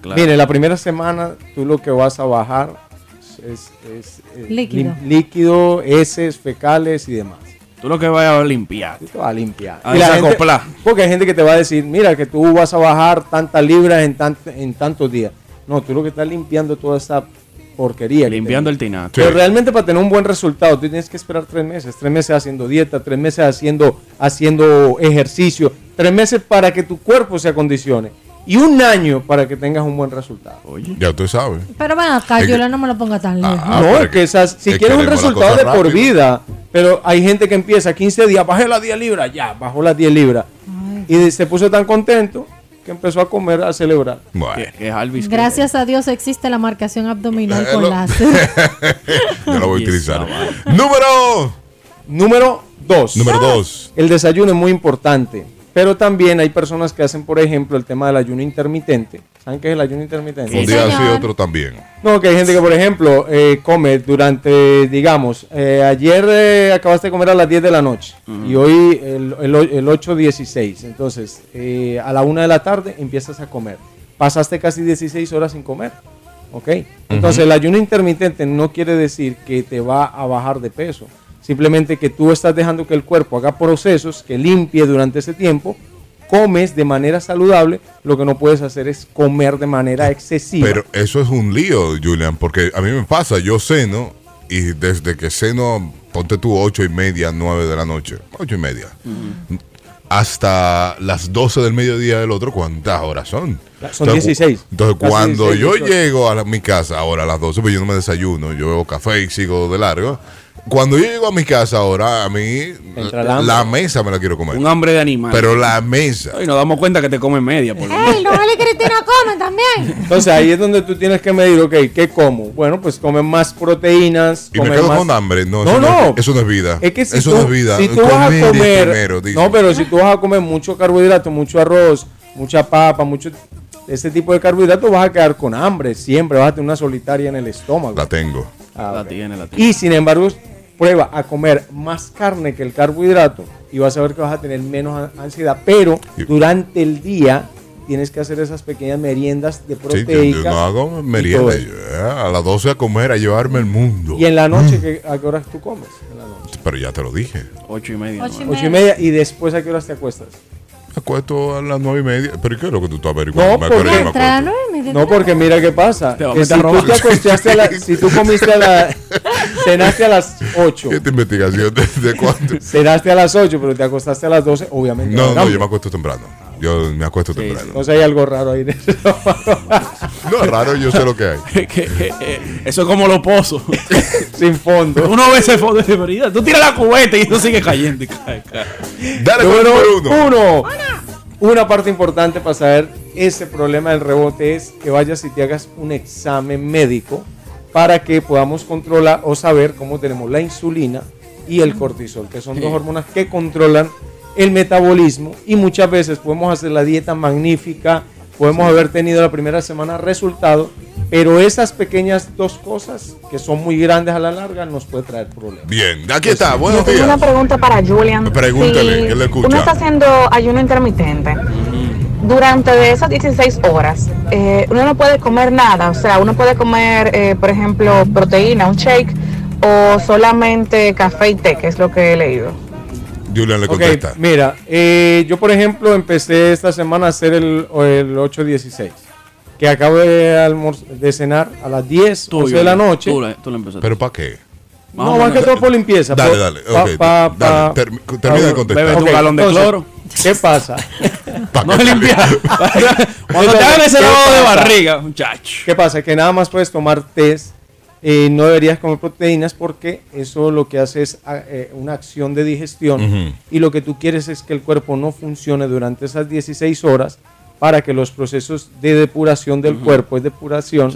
claro. Mire, la primera semana tú lo que vas a bajar es, es, eh, Líquido. lim- líquido, heces, fecales y demás. Tú lo que vas a limpiar. Tú te vas a limpiar. A Y la gente- desacoplar. porque hay gente que te va a decir, mira, que tú vas a bajar tantas libras en, tant- en tantos días. No, tú lo que estás limpiando toda esa porquería. que Limpiando te- el tinaco. Pero realmente para tener un buen resultado, tú tienes que esperar tres meses. Tres meses haciendo dieta, tres meses haciendo, haciendo ejercicio, tres meses para que tu cuerpo se acondicione. Y un año para que tengas un buen resultado. Ya tú sabes. Pero ven acá, Es que- Ah, pues, Yola, no me lo ponga tan lejos. no, Ah, pero es que esas, si es quieres un queremos las resultado de cosas por rápido. vida, pero hay gente que empieza 15 días, bajé las 10 libras, ya, bajó las 10 libras. Y de- se puso tan contento que empezó a comer, a celebrar. Que, que es Alvis. que- Gracias a Dios existe la marcación abdominal Eh, con *laughs* Lo- láser. Yo la voy a utilizar. Número. Número 2. Número 2. El desayuno es muy importante, pero también hay personas que hacen, por ejemplo, el tema del ayuno intermitente. ¿Saben qué es el ayuno intermitente? Un día así, otro también. No, que hay gente que, por ejemplo, eh, come durante, digamos, eh, ayer eh, acabaste de comer a las 10 de la noche y hoy el, el, o- el 8.16. Entonces, eh, a la 1 de la tarde empiezas a comer. Pasaste casi 16 horas sin comer. ¿Ok? Entonces, el ayuno intermitente no quiere decir que te va a bajar de peso. Simplemente que tú estás dejando que el cuerpo haga procesos que limpie durante ese tiempo. Comes de manera saludable, lo que no puedes hacer es comer de manera excesiva. Pero eso es un lío, Julian, porque a mí me pasa, yo ceno y desde que ceno, ponte tú ocho y media, nueve de la noche, ocho y media, hasta las 12 del mediodía del otro, ¿cuántas horas son? Son Entonces, 16. cu- Entonces, Casi cuando 16, yo 18. llego a la- mi casa ahora a las 12, pues yo no me desayuno, yo bebo café y sigo de largo. Cuando yo llego a mi casa ahora, a mí Entra el la, hambre. la mesa me la quiero comer. Un hambre de animal. Pero la mesa. Y nos damos cuenta que te come media. Por lo menos. ¡Ey, Noel y Cristina comen también! Entonces ahí es donde tú tienes que medir, ok, ¿qué como? Bueno, pues come más proteínas. Y me come quedo más- con hambre. No, no, eso no, no. es- eso no es vida. Es que si eso tú, no es vida. si tú vas a Comer es comer, primero, dice. no, pero si tú vas a comer mucho carbohidrato, mucho arroz, mucha papa, mucho ese tipo de carbohidratos, vas a quedar con hambre siempre, vas a tener una solitaria en el estómago. La tengo. Ah, La ok. tiene, la tiene. Y sin embargo, prueba a comer más carne que el carbohidrato y vas a ver que vas a tener menos an- ansiedad. Pero durante el día tienes que hacer esas pequeñas meriendas de Sí, yo, yo proteicas. no hago y todo merienda. eso. yo, eh, a las 12 a comer, a llevarme el mundo. Y en la noche, Mm. ¿qué- ¿a qué horas tú comes? En la noche. Pero ya te lo dije. Ocho y media. Ocho y, media. ¿Y después a qué horas te acuestas? Me acuesto a las 9 y media. ¿Pero qué es lo que tú estás averiguando? No, Me porque, acuerdo, yo me acuerdo. no, porque mira qué pasa. Te va a que meter si a tú robar. te acostaste a la, si tú comiste a *laughs* la, cenaste a las 8. ¿Qué te investigación de, *laughs* de cuánto? cenaste a las 8, pero te acostaste a las 12, obviamente. No, no, hambre. yo me acuesto temprano. Yo me acuesto temprano. Entonces hay algo raro ahí. No es raro, yo sé lo que hay. *laughs* Eso es como los pozos. *laughs* Sin fondo. Uno ve ese fondo de verdad. Tú tiras la cubeta y eso sigue cayendo. y cae, cae. Número uno. Una parte importante para saber ese problema del rebote es que vayas y te hagas un examen médico para que podamos controlar o saber cómo tenemos la insulina y el cortisol, que son dos Sí. hormonas que controlan el metabolismo y muchas veces podemos hacer la dieta magnífica, podemos haber tenido la primera semana resultado, pero esas pequeñas dos cosas que son muy grandes a la larga nos puede traer problemas. Pues Bien, aquí está. Ah, Buenos Tengo días. una pregunta para Julian. Pregúntale, Si que le escucha. Uno está haciendo ayuno intermitente. Durante esas 16 horas, eh, uno no puede comer nada. O sea, uno puede comer, eh, por ejemplo, proteína, un shake, o solamente café y té, que es lo que he leído. Julian le Ok, contesta. mira, eh, yo por ejemplo empecé esta semana a hacer el, el 816, que acabo de, almor- de cenar a las 10 Tú, 11 de la eh, Julian, noche. tú la- tú la empezaste. ¿Pero para qué? no, más que todo por limpieza. Dale, por- dale, pa- ok, pa- dale, pa- termi- termina de contestar. Ok, Bebe tu galón de entonces, cloro. ¿Qué pasa? *laughs* no limpiar. *laughs* Cuando te hagan ese lavado de barriga, muchacho. ¿Qué pasa? Que nada más puedes tomar test. eh, no deberías comer proteínas porque eso lo que hace es ah, eh, una acción de digestión Ujú. y lo que tú quieres es que el cuerpo no funcione durante esas 16 horas para que los procesos de depuración del Ujú. cuerpo, es depuración,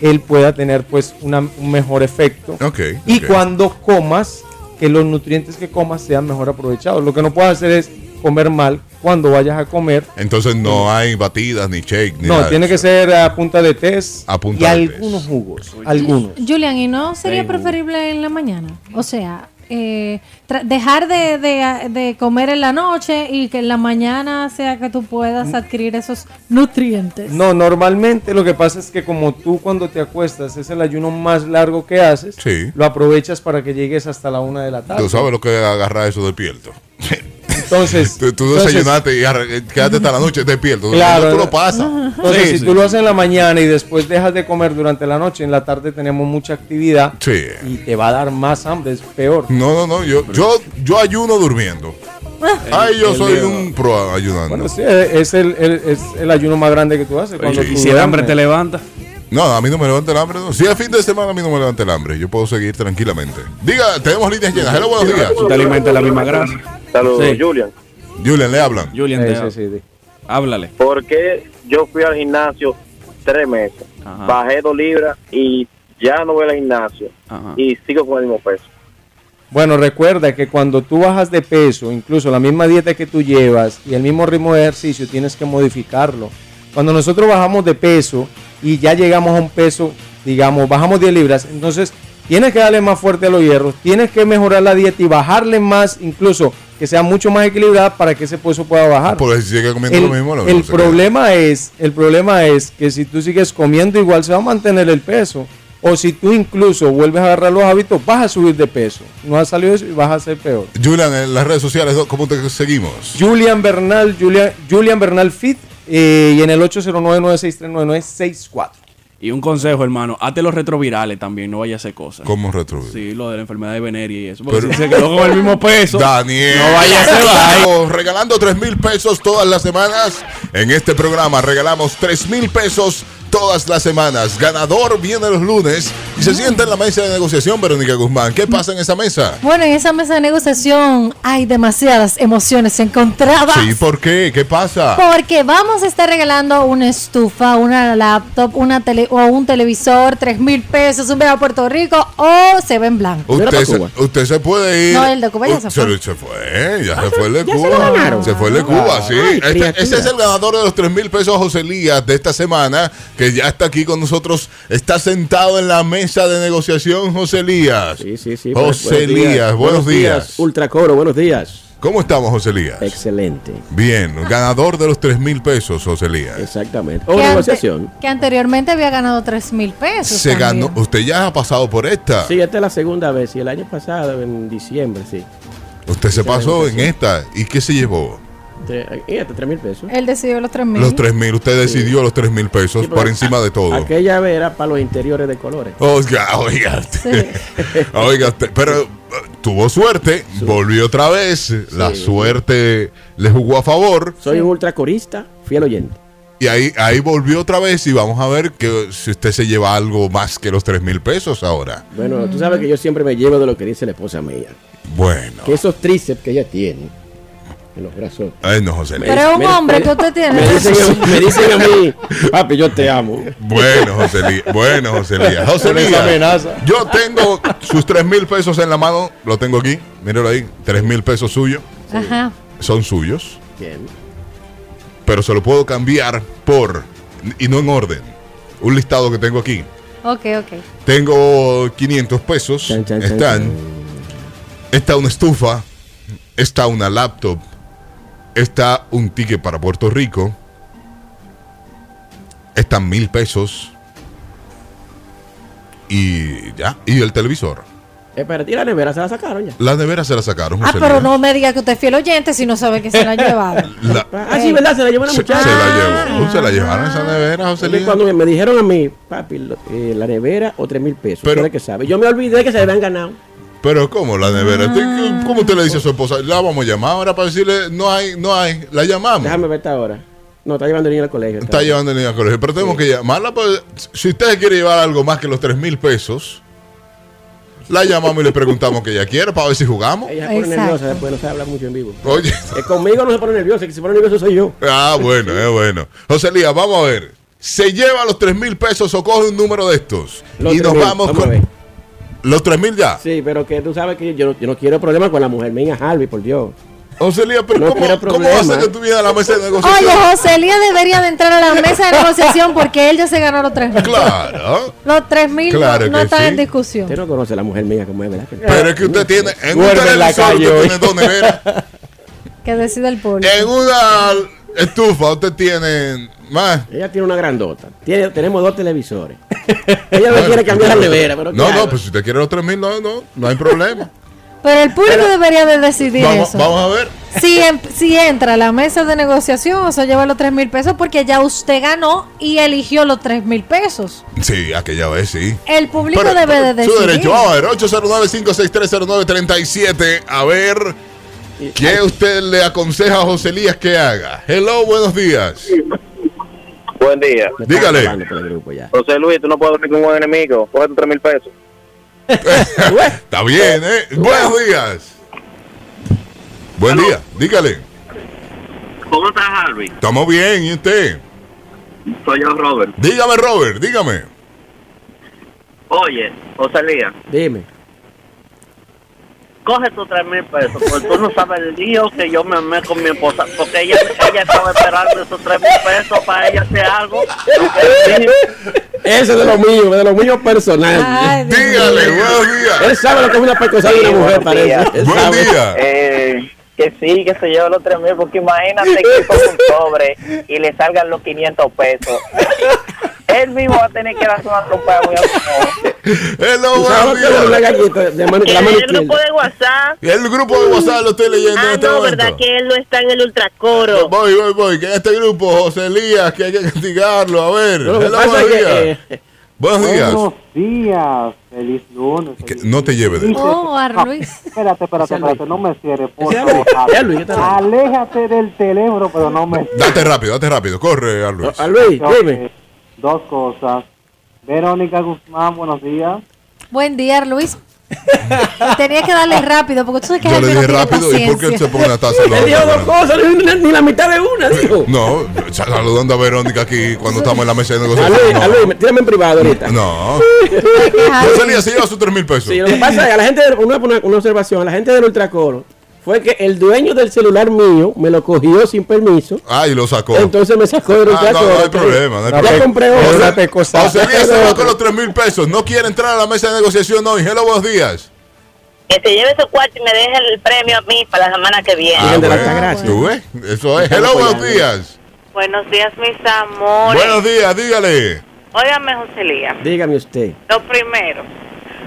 él pueda tener pues una- un mejor efecto. y ok. cuando comas, que los nutrientes que comas sean mejor aprovechados. Lo que no puedes hacer es comer mal cuando vayas a comer. Entonces no hay batidas, ni shake, ni No, nada. tiene que ser a punta de test A punta y de algunos jugos. Algunos. Julian, ¿y no sería Hey, preferible en la mañana? O sea, eh, tra- dejar de, de- de comer en la noche y que en la mañana sea que tú Mm. puedas adquirir esos nutrientes. No, normalmente lo que pasa es que como tú cuando te acuestas es el ayuno más largo que haces, Sí. lo aprovechas para que llegues hasta la una de la tarde. Tú sabes lo que agarra eso despierto. Entonces, *laughs* tú, tú entonces- desayunaste y arre- eh, quedaste hasta la noche despierto. Claro. tú lo pasas. Entonces, si tú lo haces en la mañana y después dejas de comer durante la noche, en la tarde tenemos mucha actividad Sí. y te va a dar más hambre, es peor. No, no, no. Yo, yo, yo ayuno durmiendo. Ay, yo el soy miedo. un pro ayunando. Bueno, sí, es el, el- es el ayuno más grande que tú haces. cuando tú duermes. levanta. No, a mí no me levanta el hambre. No. Si es fin de semana, a mí no me levanta el hambre. Yo puedo seguir tranquilamente. Diga, tenemos líneas llenas. Hello, buenos días. Tú te alimentas la misma grasa. Saludos, Sí. Julian. Julian, le hablan. Julian, te- háblale. Porque yo fui al gimnasio tres meses, Ajá. bajé dos libras y ya no voy al gimnasio y sigo con el mismo peso. Bueno, recuerda que cuando tú bajas de peso, incluso la misma dieta que tú llevas y el mismo ritmo de ejercicio, tienes que modificarlo. Cuando nosotros bajamos de peso y ya llegamos a un peso, digamos, bajamos 10 libras, entonces tienes que darle más fuerte a los hierros, tienes que mejorar la dieta y bajarle más, incluso que sea mucho más equilibrada para que ese peso pueda bajar. Por Ah, si sigue comiendo el, lo mismo, lo el mismo se queda. problema es el problema es que si tú sigues comiendo igual se va a mantener el peso o si tú incluso vuelves a agarrar los hábitos vas a subir de peso no ha salido eso y vas a ser peor Julian, en las redes sociales, ¿cómo te seguimos? Julian Bernal Julian, Julian Bernal Fit eh, y en el 809-963-9964 Y un consejo, hermano, hazte los retrovirales también, no vaya a hacer cosas. ¿Cómo retrovirales? Sí, lo de la enfermedad de veneria y eso. Porque si se quedó con el mismo peso. Pues, Daniel. No vaya a hacer vaina. Estamos Regalando 3 mil pesos todas las semanas. En este programa regalamos 3 mil pesos todas las semanas. Ganador viene los lunes y se sienta en la mesa de negociación, Verónica Guzmán. ¿Qué pasa en esa mesa? Bueno, en esa mesa de negociación hay demasiadas emociones encontradas. Sí, ¿por qué? ¿Qué pasa? Porque vamos a estar regalando una estufa, una laptop, una tele o un televisor, tres mil pesos, un viaje a Puerto Rico o se ven blanco. Usted se, usted se puede ir. No, el de Cuba ya se U- fue. Se fue, ya se fue el de ya se lo Cuba. ganaron. Ah, Se, fue el de Cuba, sí. Este- ese criatura. es el ganador de los 3 mil pesos, José Elías, de esta semana, que ya está aquí con nosotros. Está sentado en la mesa de negociación, José Elías. pues, Sí, sí, sí. José Elías, buenos días. Ultracoro, buenos días. ¿Cómo estamos, José Elías? Excelente. Bien, ganador de los 3 mil pesos, José Elías. Exactamente. Que ante- Que anteriormente había ganado 3 mil pesos. Se también. ganó. Usted ya ha pasado por esta. Sí, esta es la segunda vez. Y el año pasado, en diciembre, sí. Usted se pasó en esta. ¿Y qué se llevó? Tre- Y hasta 3 mil pesos. Él decidió los 3 mil. Los 3 mil. Usted decidió los 3 mil pesos Sí, por porque encima de todo. Aquella vez era para los interiores de colores. Oiga, oiga. *laughs* Oiga, usted, pero eh, tuvo suerte. Volvió otra vez. La suerte le jugó a favor. Soy un ultracorista, fiel oyente. Y ahí, ahí volvió otra vez y vamos a ver que si usted se lleva algo más que los 3 mil pesos ahora. Bueno, tú sabes que yo siempre me llevo de lo que dice la esposa mía. Bueno. Que esos tríceps que ella tiene en los brazos. Ay, no, José Me- Elías. Pero es un me- hombre me- que usted tiene. Me dicen, a- me dicen a *laughs* mí, papi, yo te amo. *laughs* Bueno, José Elías. Bueno, José Elías. José Con esa Elías, amenaza. Yo tengo sus 3 mil pesos en la mano. Lo tengo aquí. Míralo ahí. 3 mil pesos suyos. Ajá. Son suyos. Bien. Pero se lo puedo cambiar por. Y no en orden. Un listado que tengo aquí. Ok, ok. Tengo 500 pesos. chan, Están. Está una estufa. Está una laptop. Está un ticket para Puerto Rico. Están mil pesos. Y ya. Y el televisor. Espera, tira la nevera, se la sacaron ya. La nevera se la sacaron. Ah, José pero Lía. no me diga que usted es fiel oyente si no sabe que se la ha *laughs* llevado. La- Ah, sí, ¿verdad? Se la llevó una se, muchacha. se la Ah. llevó. Se la llevaron Ah, esa nevera, José Entonces, Lía. cuando me, me dijeron a mí, papi, lo- eh, la nevera o tres mil pesos. Pero- Pero que sabe. Yo me olvidé que se habían ganado. Pero ¿cómo la nevera? Ah. ¿Usted- ¿Cómo usted le dice a su esposa? La vamos a llamar ahora para decirle, no hay, no hay, la llamamos. Déjame ver esta hora. No, está llevando el niño al colegio. Está llevando el niño al colegio, pero tenemos que llamarla. pues, si usted quiere llevar algo más que los 3 mil pesos, la llamamos y le preguntamos que ella quiere para ver si jugamos. Ella se pone Exacto. nerviosa después, no sabe hablar mucho en vivo. Oye, Eh, conmigo no se pone nerviosa, que se pone nervioso soy yo. ah, bueno, es bueno. José Elías, vamos a ver. ¿Se lleva los 3 mil pesos o coge un número de estos? Los y nos 3.000, vamos vamos a con. ver. ¿Los 3 mil ya? Sí, pero que tú sabes que yo, no- yo no quiero problemas con la mujer mía, Harvey, por Dios. José Elías, pero No ¿cómo, quiero ¿cómo va a ser problemas. que tú vienes a la mesa de negociación? Oye, José Elías debería de entrar a la mesa de negociación porque él ya se ganó los 3 mil. Claro. Los 3 mil Claro no, no que están sí. en discusión. Usted no conoce a la mujer mía como es, ¿verdad? Pero es que usted tiene. En un Duerme en la televisor calle usted hoy. tiene dos neveras. *laughs* Que decida el pueblo. En una estufa usted tiene más. Ella tiene una grandota. Tiene, tenemos dos *laughs* televisores. Ella no quiere cambiar la nevera, pero ¿qué No, no, hago? pues si usted quiere los 3000, no, no, no hay *laughs* problema. Pero el público debería de decidir vamos, eso. vamos a ver. Si, em- si entra a la mesa de negociación, o sea, lleva los 3 mil pesos porque ya usted ganó y eligió los 3 mil pesos. Sí, aquella vez sí. El público Pero, debe de Su decidir. derecho, vamos a ver, 809-56309-37. A ver, ¿qué usted le aconseja a José Elías que haga? Hello, buenos días. Buen día. Dígale. José Luis, tú no puedes dormir con un enemigo. Coge tus 3 mil *laughs* pesos. Está bien, ¿eh? Buenos días. Buen día, dígale. ¿Cómo estás, Harvey? Estamos bien, ¿y usted? Soy yo, Robert. Dígame, Robert, dígame. Oye, José Lía, Dime. coge tus 3 mil pesos, porque tú no sabes el lío que yo me amé con mi esposa, porque ella, ella estaba esperando esos 3 mil pesos para ella hacer algo. Eso es de lo mío, de lo mío personal. Dígale, buenos días. Él sabe lo que es una pescosa de una mujer, parece. Él Buen sabe. día. Eh, que sí, que se lleve los 3 mil, porque imagínate que con un pobre y le salgan los 500 *laughs* pesos. Él mismo va a tener que darse una trompa *laughs* muy Hello, Tú sabes lo buenos que es una días. galleta de mano- de la mano el grupo izquierda. de WhatsApp. El grupo de WhatsApp lo estoy leyendo en Ah, este no, momento. Eh, ¿verdad? Que él no está en el ultracoro. Voy, voy, voy. Que en este grupo, José Elías, que hay que castigarlo. A ver. Lo que Hello, pasa es buenos que, días. eh, buenos días. Buenos días, feliz lunes. Que no te lleve de Dice- Oh, a Luis. Espérate, espérate, espérate, no me cierres, por Ese es Luis, favor. ese es Luis, ese es Luis. Aléjate del teléfono, pero no me Date rápido, date rápido. Corre, Luis. A Luis, dime. Ok, Dos cosas. Verónica Guzmán, buenos días. Buen día, Luis. *laughs* Tenía que darle rápido porque tú sabes que Yo Jaime le no dije tiene rápido. ¿Y por qué él se paciencia. *laughs* pone la taza? Él dijo dos cosas, ni, ni la mitad de una, dijo. No, saludando a Verónica aquí cuando estamos en la mesa de A Luis, a negociación. Luis, tírame en privado ahorita. No. no. Ay, José Elías se lleva sus 3 mil pesos. Sí, lo que pasa es que a la gente, del- una, una, una observación, a la gente del ultracoro fue que el dueño del celular mío me lo cogió sin permiso. Ah, y lo sacó. Entonces me sacó del Ah, no, ultracoro. no hay problema. No hay ya problema. compré otro. José- José Elías se va con los 3 mil pesos. No quiere entrar a la mesa de negociación hoy. Hello, buenos días. Que se lleve su cuarto y me deje el premio a mí para la semana que viene. Ah, bueno, ¿tú ves? Eso es. Hello, buenos días. Buenos días, mis amores. Buenos días, dígale. Óigame, Joselía. Dígame usted. Lo primero,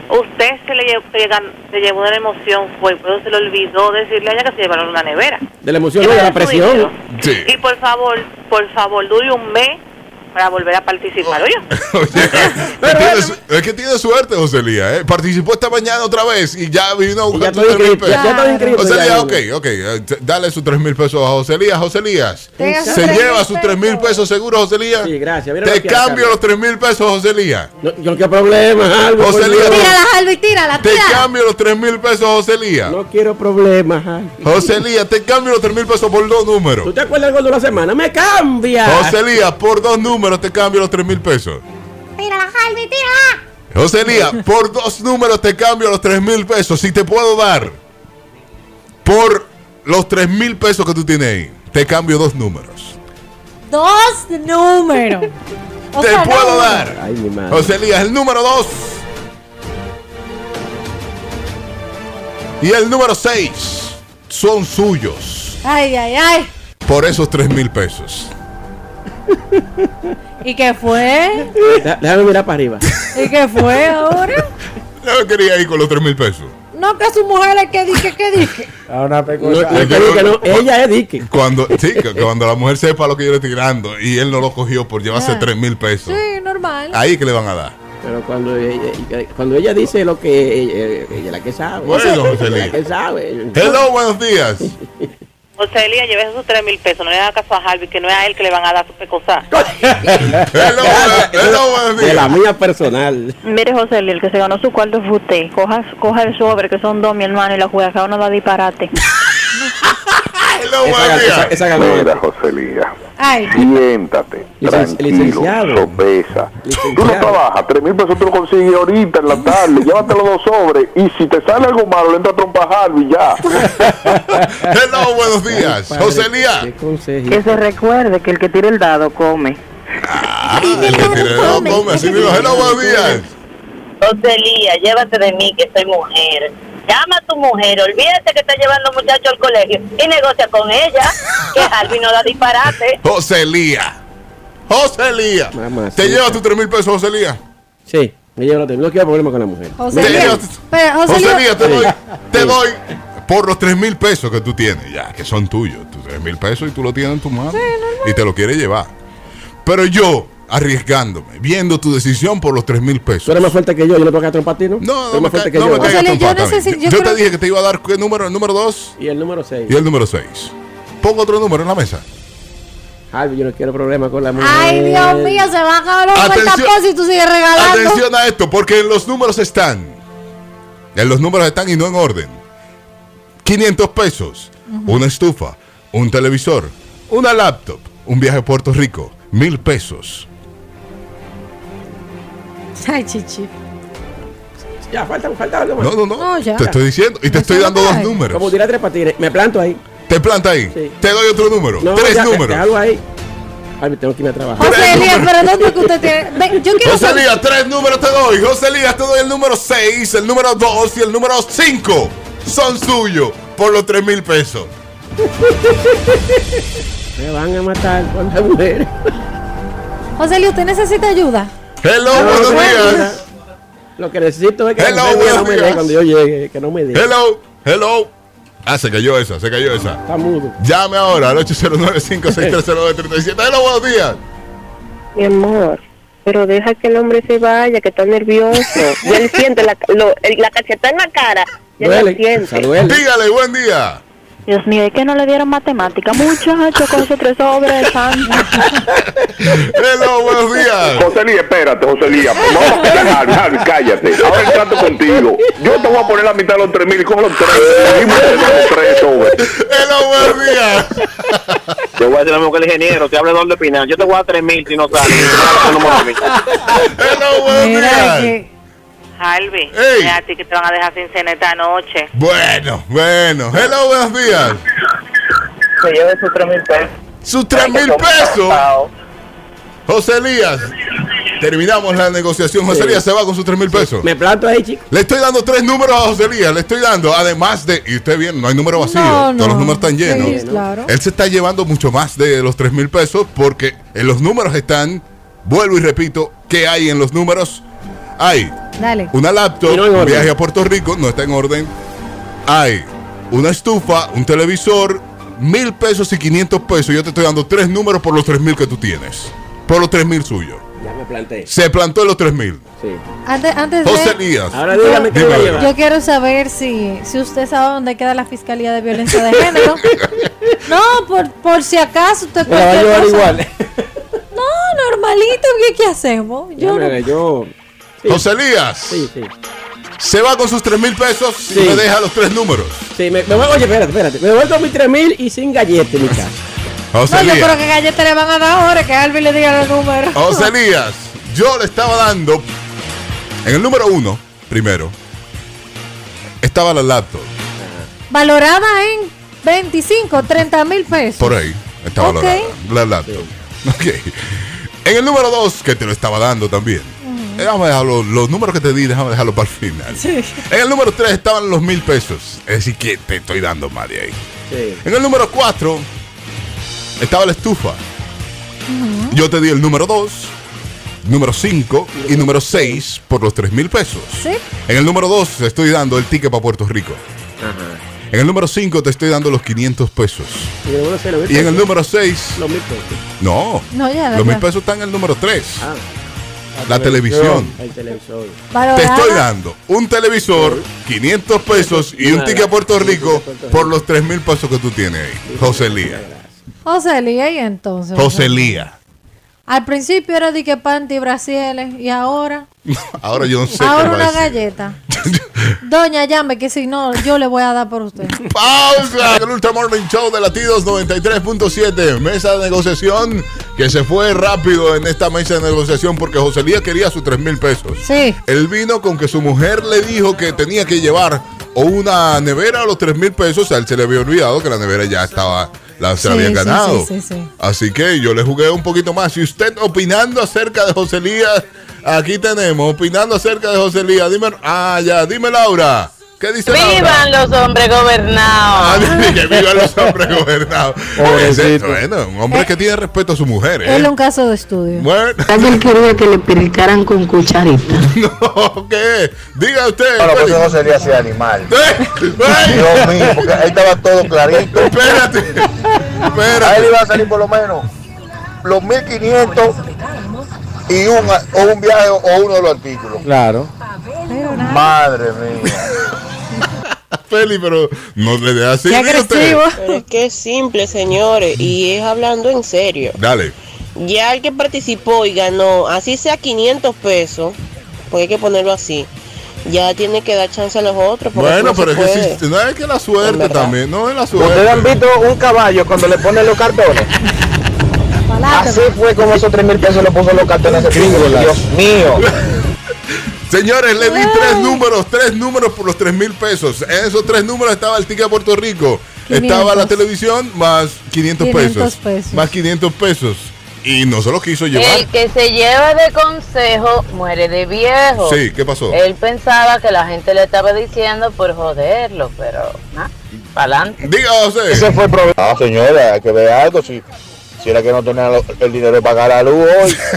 usted se le llevó, se llegan- se llevó una emoción fue, pero se le olvidó decirle a ella que se llevaron una nevera. De la emoción, no, de la presión. Sí. Y por favor, por favor, dure un mes para volver a participar, ¿oye? Tiene su- es que tiene suerte, Joselía. ¿eh? Participó esta mañana otra vez y ya vino a buscar está sus 3,000 inscrito, ya está pesos. inscrito Joselía, ya, ok, ok. eh, t- Dale sus 3 mil pesos a Joselías. Joselías, Tenga sus se 3,000 lleva sus 3 mil pesos seguro, Joselías. Sí, gracias. Te cambio los 3 mil pesos, Joselías. Yo, ¿qué problema? Algo, pues, Joselías, por Dios. te- Albi, tírala, te tírala. cambio los 3 mil pesos, Joselías. No quiero problemas. ay. Joselías, te cambio los 3 mil pesos por dos números. ¿Tú te acuerdas algo de la semana? ¡Me cambia! Joselías, por dos números te cambio los 3 mil pesos. Tírala, Albi, tírala. Joselía, por dos números te cambio los 3 mil pesos. Si te puedo dar por los 3 mil pesos que tú tienes ahí, te cambio dos números. Dos números. O te sea, no puedo uno. dar. Ay, mi madre. Joselía, el número 2. Y el número 6 son suyos Ay, ay, ay. por esos 3 mil pesos. ¿Y qué fue? Da- Déjame mirar para arriba. ¿Y qué fue ahora? *laughs* Yo me quería ir con los 3 mil pesos. No, que a su mujer le que dije, que dije. Ahora No, no, que no, ella es dique. Cuando, sí, que cuando la mujer sepa lo que yo le estoy tirando y él no lo cogió por llevarse 3 mil pesos, Sí, normal. ahí que le van a dar. Pero cuando ella, cuando ella dice lo que ella, ella- ella es la que sabe. Bueno, Ella José es Lía. la que sabe. Hello, buenos días. José Elías, lleve esos tres mil pesos, no le haga caso a Harvey, que no es a él que le van a dar su pecosa. De la mía personal. Mire, José, el que se ganó su cuarto fue usted. Coja, coja el sobre, que son dos, mi hermano, y la juega. Cada uno da disparate. Mira, Joselía, Ay. siéntate, Licen- tranquilo, licenciado. sopesa. Tú no trabajas, tres mil pesos tú lo consigues ahorita en la tarde, llévate los dos sobres y si te sale algo malo le entra a trompa a Harvey ya. Hello, buenos días. Joselía. Que se recuerde que el que tira el dado come. Hello, come, así mismo. Hello, buenos días. Joselía, llévate de mí que soy mujer. Llama a tu mujer, olvídate que está llevando muchacho al colegio y negocia con ella, que Harvey no da disparate. Joselía. Joselía. ¿Te llevas tus 3 mil pesos, Joselía? Sí, me llevo lo tengo. No quiero problema con la mujer. Te Me- llevas- Pero, Joselía- Joselía, te Sí. doy. Te doy. Por los 3 mil pesos que tú tienes, ya, que son tuyos, tus 3 mil pesos y tú lo tienes en tu mano y te lo quieres llevar. Pero yo, arriesgándome, viendo tu decisión por los 3 mil pesos. Tú eres más fuerte que yo, yo no puedo caer trompa a ti, ¿no? No, No me, más fuerte ca- que no yo. me caigas tan fatal. Yo- ¿eh? yo te dije que te iba a dar ¿qué número, el número 2 Y el número 6. y el número 6. Pongo otro número en la mesa. Harvey, yo no quiero problema con la mujer. Ay, Dios mío, se va a acabar los Mm. Atención. cuentapesos y tú sigues regalando. Atención a esto, porque en los números están. En los números están y no en orden. 500 pesos, una estufa, un televisor, una laptop, un viaje a Puerto Rico, mil pesos. Ay, chichi. Ya, falta, falta algo más. No, no, no. No, ya. Te estoy diciendo y te estoy dando dos números. Como dirá tres patines, me planto ahí. Te planta ahí. Te doy otro número. No, Tres ya, números. Déjalo ahí. Harvey, tengo que irme a trabajar. Joselía, pero ¿dónde es que usted tiene? Ven, yo quiero José saber. Elías, tres números te doy. José Elías, te doy el número 6, el número 2 y el número 5. Son suyos por los 3 mil pesos. *laughs* Me van a matar con la mujer. Joselía, ¿usted necesita ayuda? Hello, No, buenos no, días. Lo que necesito es que Hello, la mujer mía no buenos me días. dé cuando yo llegue, que no me dé. Hello, hello. Ah, se cayó esa, se cayó esa. Está mudo. Llame ahora al 809-56309-37. Hello, buenos días. Mi amor, pero deja que el hombre se vaya, que está nervioso. Ya él siente la, lo- el- la cachetada en la cara. Ya lo siente. Dígale, buen día. Dios mío, es que no le dieron matemática. Muchacho, con esos tres sobres, santo. Hello, buenos *laughs* días. Joselía, espérate, Joselía. Vamos a callar, Harvey, Harvey, cállate. Ahora el trato contigo. Yo te voy a poner la mitad de los tres mil, cojo los tres. Y me los tres sobres. Hello, buenos días. Yo voy a decir lo mismo que el ingeniero, te habla doble opinión. Yo te voy a dar 3 mil si no sales. Yo te voy a dar tu número de mí. Hello, buenos días. Harvey, es a ti que te van a dejar sin cena esta noche. Bueno, bueno. Hello, buenos días. Se lleve sus 3 mil pesos. Sus 3 mil pesos. José Elías, Terminamos la negociación. José Sí. Elías se va con sus 3 mil pesos. Me plato ahí, chico. Le estoy dando tres números a José Elías. Le estoy dando, además de. Y usted bien, no hay número vacío. No, no. Todos los números están llenos. Sí, claro. Él se está llevando mucho más de los 3 mil pesos porque en los números están. Vuelvo y repito, ¿qué hay en los números? Hay Dale. una laptop, Y no en un orden. viaje a Puerto Rico, no está en orden. Hay una estufa, un televisor, mil pesos y 500 pesos. Yo te estoy dando tres números por los tres mil que tú tienes. Por los tres mil suyos. Ya me planté. Se plantó en los tres mil. Antes, antes José de. Elías. Ahora dígame qué va a llevar. Yo quiero saber si, si usted sabe dónde queda la Fiscalía de Violencia de *laughs* Género. No, por, por si acaso usted Me la va a cualquier llevar cosa. igual. No, normalito, ¿qué, qué hacemos? Yo no- Déjame ver, yo. José Elías. Se va con sus tres mil pesos y me deja los tres números. Sí, me, me voy, oye, espérate, espérate. Me voy con mis 3000 y sin galletas *laughs* en mi casa. José No, yo Elías. creo que galleta le van a dar ahora que Alvin le diga los números. José Elías, yo le estaba dando. En el número uno, primero, estaba la laptop. Valorada en 25, 30 mil pesos. Por ahí estaba Ok. la, la laptop. Ok. En el número dos, que te lo estaba dando también. Eh, Déjame dejarlo, los números que te di, déjame dejarlo para el final. En el número tres estaban los mil pesos. Es decir, que te estoy dando más de ahí. Sí. En el número cuatro estaba la estufa. Yo te di el número 2, número 5 y número 6 por los 3 mil pesos. Sí. En el número 2 te estoy dando el ticket para Puerto Rico. En el número 5 te estoy dando los 500 pesos. Y en el número 6. Y en el número 6, Los mil pesos. no. No, ya, los ya. mil pesos están en el número 3. Ah. La televisión. El televisor. Te Valorada. estoy dando un televisor, 500 pesos y un Nada. ticket a Puerto Rico por los 3 mil pesos que tú tienes ahí. José Lía. José Elías, y entonces. José Lía. Al principio era de que panty y brasieles y ahora. Ahora yo no sé qué ahora va a una decir. *laughs* galleta. Doña, llame que si no, yo le voy a dar por usted. Pausa. El Ultra Morning Show de Latidos 93.7. Mesa de negociación que se fue rápido en esta mesa de negociación porque José Lía quería sus 3 mil pesos. Sí. Él vino con que su mujer le dijo que tenía que llevar o una nevera a los 3 mil pesos. A él se le había olvidado que la nevera ya estaba, la, se la habían ganado. Sí, sí, sí. Así que yo le jugué un poquito más. Si usted opinando acerca de José Elías, aquí tenemos, opinando acerca de José Elías. Dime, ah, ya, dime Laura. ¿Qué dice Laura? ¡Vivan los hombres gobernados! Ah, dime que vivan los hombres gobernados. Ese, bueno, un hombre que tiene respeto a su mujer. ¿eh? Él es un caso de estudio. Bueno, Alguien quería que le picaran con cucharita. ¿qué? Diga usted. Bueno, pues Félix. eso no sería ese animal. *laughs* ¡Ey! Dios mío, porque ahí estaba todo clarito. Espérate. A él iba a salir por lo menos los 1500 y un, o un viaje o uno de los artículos. Claro. Madre mía. Feli, pero no le dé así. Qué diga usted. Pero es que es simple, señores, y es hablando en serio. Dale. Ya el que participó y ganó, así sea 500 pesos, porque hay que ponerlo así, ya tiene que dar chance a los otros. porque pues, Bueno, así no pero es se puede. que si, no es que la suerte también, no es la Ustedes suerte. han visto un caballo cuando le ponen los cartones. Así fue como esos 3 mil pesos le puso los cartones a ese tipo. Dios mío. Señores, le di tres números, tres números por los tres mil pesos. En esos tres números estaba el ticket a Puerto Rico, 500. estaba la televisión más 500 500, pesos, pesos. más 500 pesos. Y no se los quiso llevar. El que se lleva de consejo muere de viejo. Sí, ¿qué pasó? Él pensaba que la gente le estaba diciendo por joderlo, pero nada, para adelante. Diga, José. Ese fue el problema. Ah, señora, hay que ver algo. Si, si era que no tenía lo- el dinero de pagar la luz hoy. *laughs*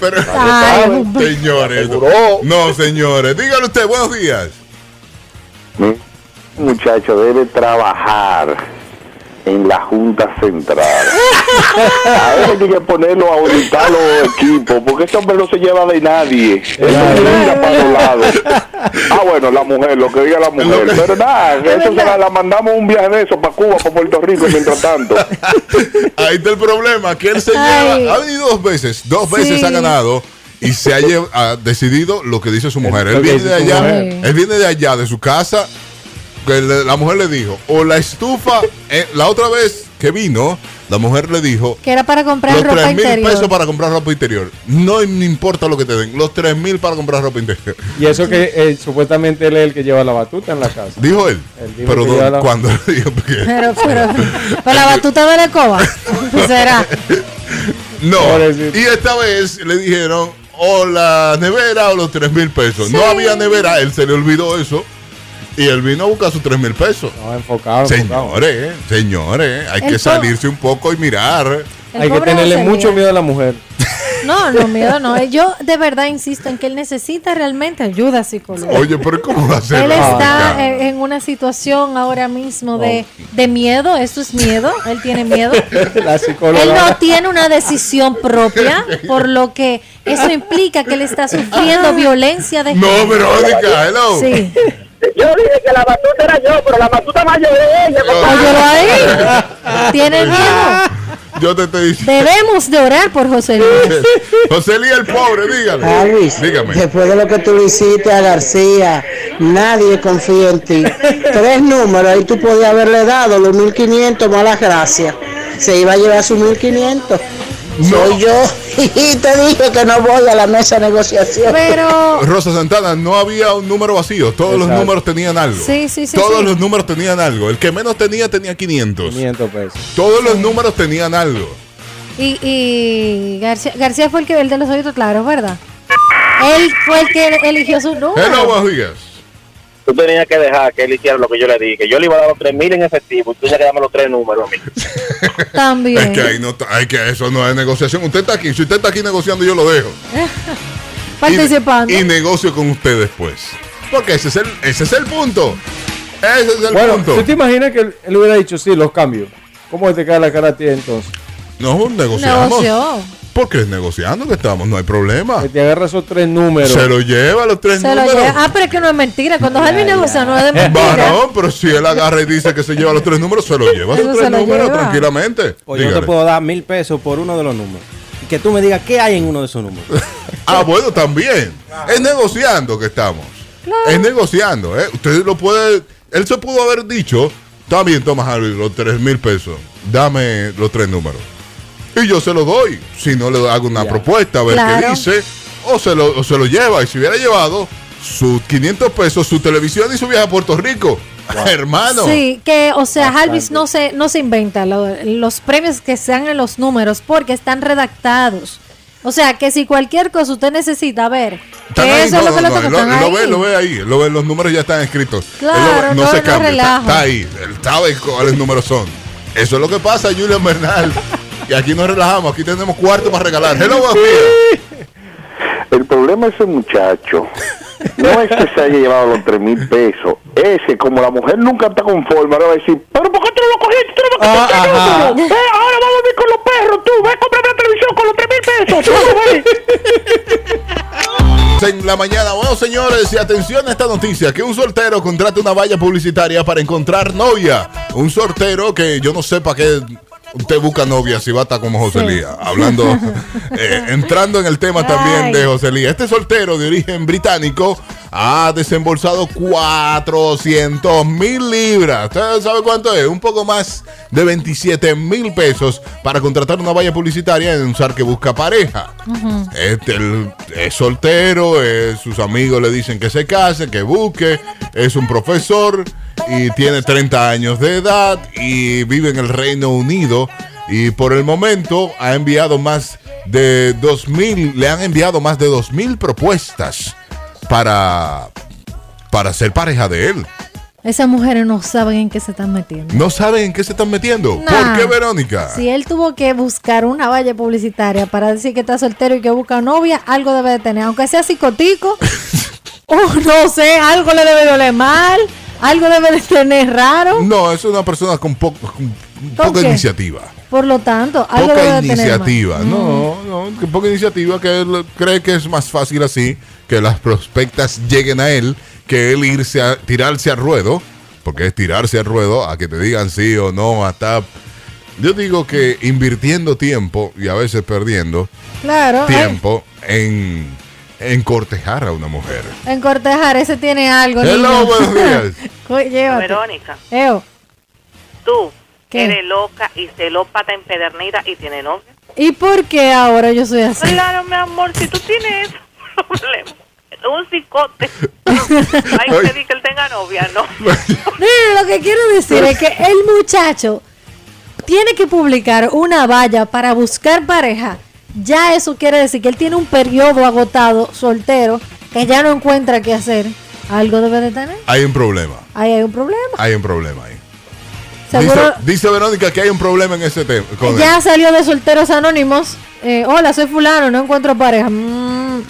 Pero, señores, no, señores, dígale usted, buenos días. Mm, muchacho debe trabajar en la Junta *laughs* Central. A él hay que ponerlo a auditar los equipos, porque este hombre no se lleva de nadie. Él se mira para los lados. Ah, bueno, la mujer, lo que diga la mujer. Pero nada, eso se la, la mandamos un viaje de eso para Cuba, para Puerto Rico, mientras tanto. Ahí está el problema, que él se Ay. lleva, ha venido dos veces, dos veces Sí. ha ganado y se ha, lle- ha decidido lo que dice su mujer. Él Eh, lo que viene dice de su allá, mujer. él viene de allá, de su casa, que le- la mujer le dijo, o la estufa, eh, la otra vez que vino, la mujer le dijo, Que era para comprar los ropa 3 mil interior. pesos para comprar ropa interior. No im- importa lo que te den, los 3 mil para comprar ropa interior. Y eso que eh, supuestamente él es el que lleva la batuta en la casa. *laughs* Dijo él, Él dijo pero que ya no- la- cuando *laughs* le dijo, porque- Pero, pero, pero la batuta de la *laughs* pues escoba. Será. No. Y esta vez le dijeron, o la nevera o los 3 mil pesos. No había nevera, él se le olvidó eso. Y él vino a buscar sus 3 mil pesos. No, enfocado. Señores, señores, hay El que po- salirse un poco y mirar. El Hay que pobre tenerle José mucho Miguel. miedo a la mujer. No, no, miedo no. Yo de verdad insisto en que él necesita realmente ayuda psicológica. Oye, pero ¿cómo va a ser? Él está Ah, eh, en una situación ahora mismo de, de miedo, eso es miedo, él tiene miedo. la psicóloga. Él no tiene una decisión propia, por lo que eso implica que él está sufriendo violencia de No, Verónica, hello. Sí. Yo dije que la batuta era yo, pero la batuta más yo de ella. papá. Tiene miedo. Yo te estoy diciendo. Debemos de orar por José Luis. José Lía el pobre, dígale. Ah, Luis, Dígame. después de lo que tú le hiciste a García, nadie confía en ti. Tres números, ahí tú podías haberle dado los 1500, malas gracias. Se iba a llevar sus 15500. Soy yo *laughs* y te dije que no voy a la mesa de negociación. Rosa Santana, no había un número vacío. Todos los Exacto. números tenían algo. Sí, sí, sí, Todos sí. los números tenían algo. El que menos tenía tenía 500. 500 pesos. Todos los números tenían algo. Y, y García, García fue el que el de los oídos claros, ¿verdad? Él fue el que eligió su Hello, número. buenos días. Tú tenías que dejar que él hiciera lo que yo le dije. Yo le iba a dar los 3 mil en efectivo. y Tú tenías que darme los tres números a mí. Es También. que ahí no está- hay que eso no es negociación. Usted está aquí, si usted está aquí negociando, yo lo dejo. Participando. Y negocio con usted después. Porque ese es el, ese es el punto. Ese es el Bueno, punto. ¿tú te imaginas que él, él hubiera dicho, sí, los cambios? ¿Cómo te cae la cara a ti entonces? No, negociamos. Porque es negociando que estamos, no hay problema. Que te agarra esos tres números. Se lo lleva los tres Se lo números. lleva. Ah, pero es que no es mentira. Cuando Harvey negocia no es de *laughs* mentira. Varón, pero si él agarra y dice que se lleva los tres números, se los lleva Eso los se tres lo números lleva. tranquilamente. Pues yo Dígale. te puedo dar mil pesos por uno de los números. Y que tú me digas qué hay en uno de esos números. *laughs* Ah, bueno, también. Es negociando que estamos. Es negociando, ¿eh? Usted lo puede. Él se pudo haber dicho. Está bien, toma, Harvey, los tres mil pesos. Dame los tres números. Y yo se los doy. Si no, le hago una propuesta, a ver qué Claro. dice. O se, lo, o se lo lleva. Y si hubiera llevado sus 500 pesos, su televisión y su viaje a Puerto Rico. Hermano. Sí, que, o sea, Jarvis no se, no se inventa lo- los premios que sean en los números porque están redactados. O sea, que si cualquier cosa usted necesita ver, que Están ahí, eso es no, lo que le no, toca. no, están lo ve, ahí. lo ve ahí, lo ve, los números ya están escritos. Él lo Claro, ve, no, no se no cambia, está, relajo. está ahí, él sabe cuáles números son. Eso es lo que pasa, Julian *laughs* Bernal. Y aquí nos relajamos, aquí tenemos cuarto para regalar. Hello, buenos días. El problema es ese muchacho. No es que se haya llevado los tres mil pesos. Es que como la mujer nunca está conforme, ahora va a decir, pero ¿por qué tú no lo cogiste? ¿Tú no lo cogiste? Ah, ¿Tú no lo ajá. cogiste? Eh, ahora vamos a ir con los perros, tú. Ve a comprar la televisión con los tres mil pesos. tú, ve. *laughs* En la mañana, bueno señores, y atención a esta noticia, que un soltero contrata una valla publicitaria para encontrar novia. Un soltero que yo no sé para qué usted busca novia si va a estar como José Lía. Hablando, *laughs* eh, entrando en el tema también de José Lía. Este soltero de origen británico ha desembolsado 400 mil libras. ¿Usted sabe cuánto es? Un poco más de 27 mil pesos para contratar una valla publicitaria en un zar que busca pareja. Este, el- es soltero, eh, sus amigos le dicen que se case, que busque, es un profesor y tiene 30 años de edad y vive en el Reino Unido y por el momento ha enviado más de 2.000, le han enviado más de 2.000 propuestas para, para ser pareja de él. Esas mujeres no saben en qué se están metiendo. No saben en qué se están metiendo. Nah. ¿Por qué, Verónica? Si él tuvo que buscar una valla publicitaria para decir que está soltero y que busca novia, algo debe de tener. Aunque sea *laughs* psicotico, o no sé, algo le debe de oler mal, algo debe de tener raro. No, es una persona con, po- con ¿Con poca qué? iniciativa. Por lo tanto, algo debe poca de tener iniciativa. mal. No, no, que poca iniciativa que él cree que es más fácil así, que las prospectas lleguen a él, que él irse a tirarse al ruedo, porque es tirarse al ruedo, a que te digan sí o no, hasta... Yo digo que invirtiendo tiempo y a veces perdiendo Claro, en, tiempo en, en cortejar a una mujer. en cortejar ese tiene algo. Hello, niño. *laughs* buenos días. Cu- llévate. Verónica, Eo, tú ¿Qué? eres loca y celópata empedernida y tiene novia. ¿Y por qué ahora yo soy así? Claro, mi amor, si tú tienes *laughs* ese problema, un psicote. *laughs* Ay, que di que él tenga novia, no. Mira, *laughs* lo que quiero decir es que *laughs* el muchacho tiene que publicar una valla para buscar pareja ya eso quiere decir que él tiene un periodo agotado, soltero, que ya no encuentra qué hacer. Algo debe de tener. Hay un problema. Ahí hay un problema. Hay un problema ahí. Dice, Seguro- dice Verónica que hay un problema en ese tema. con él. Ya salió de Solteros Anónimos. Eh, Hola, soy fulano, no encuentro pareja. Mm,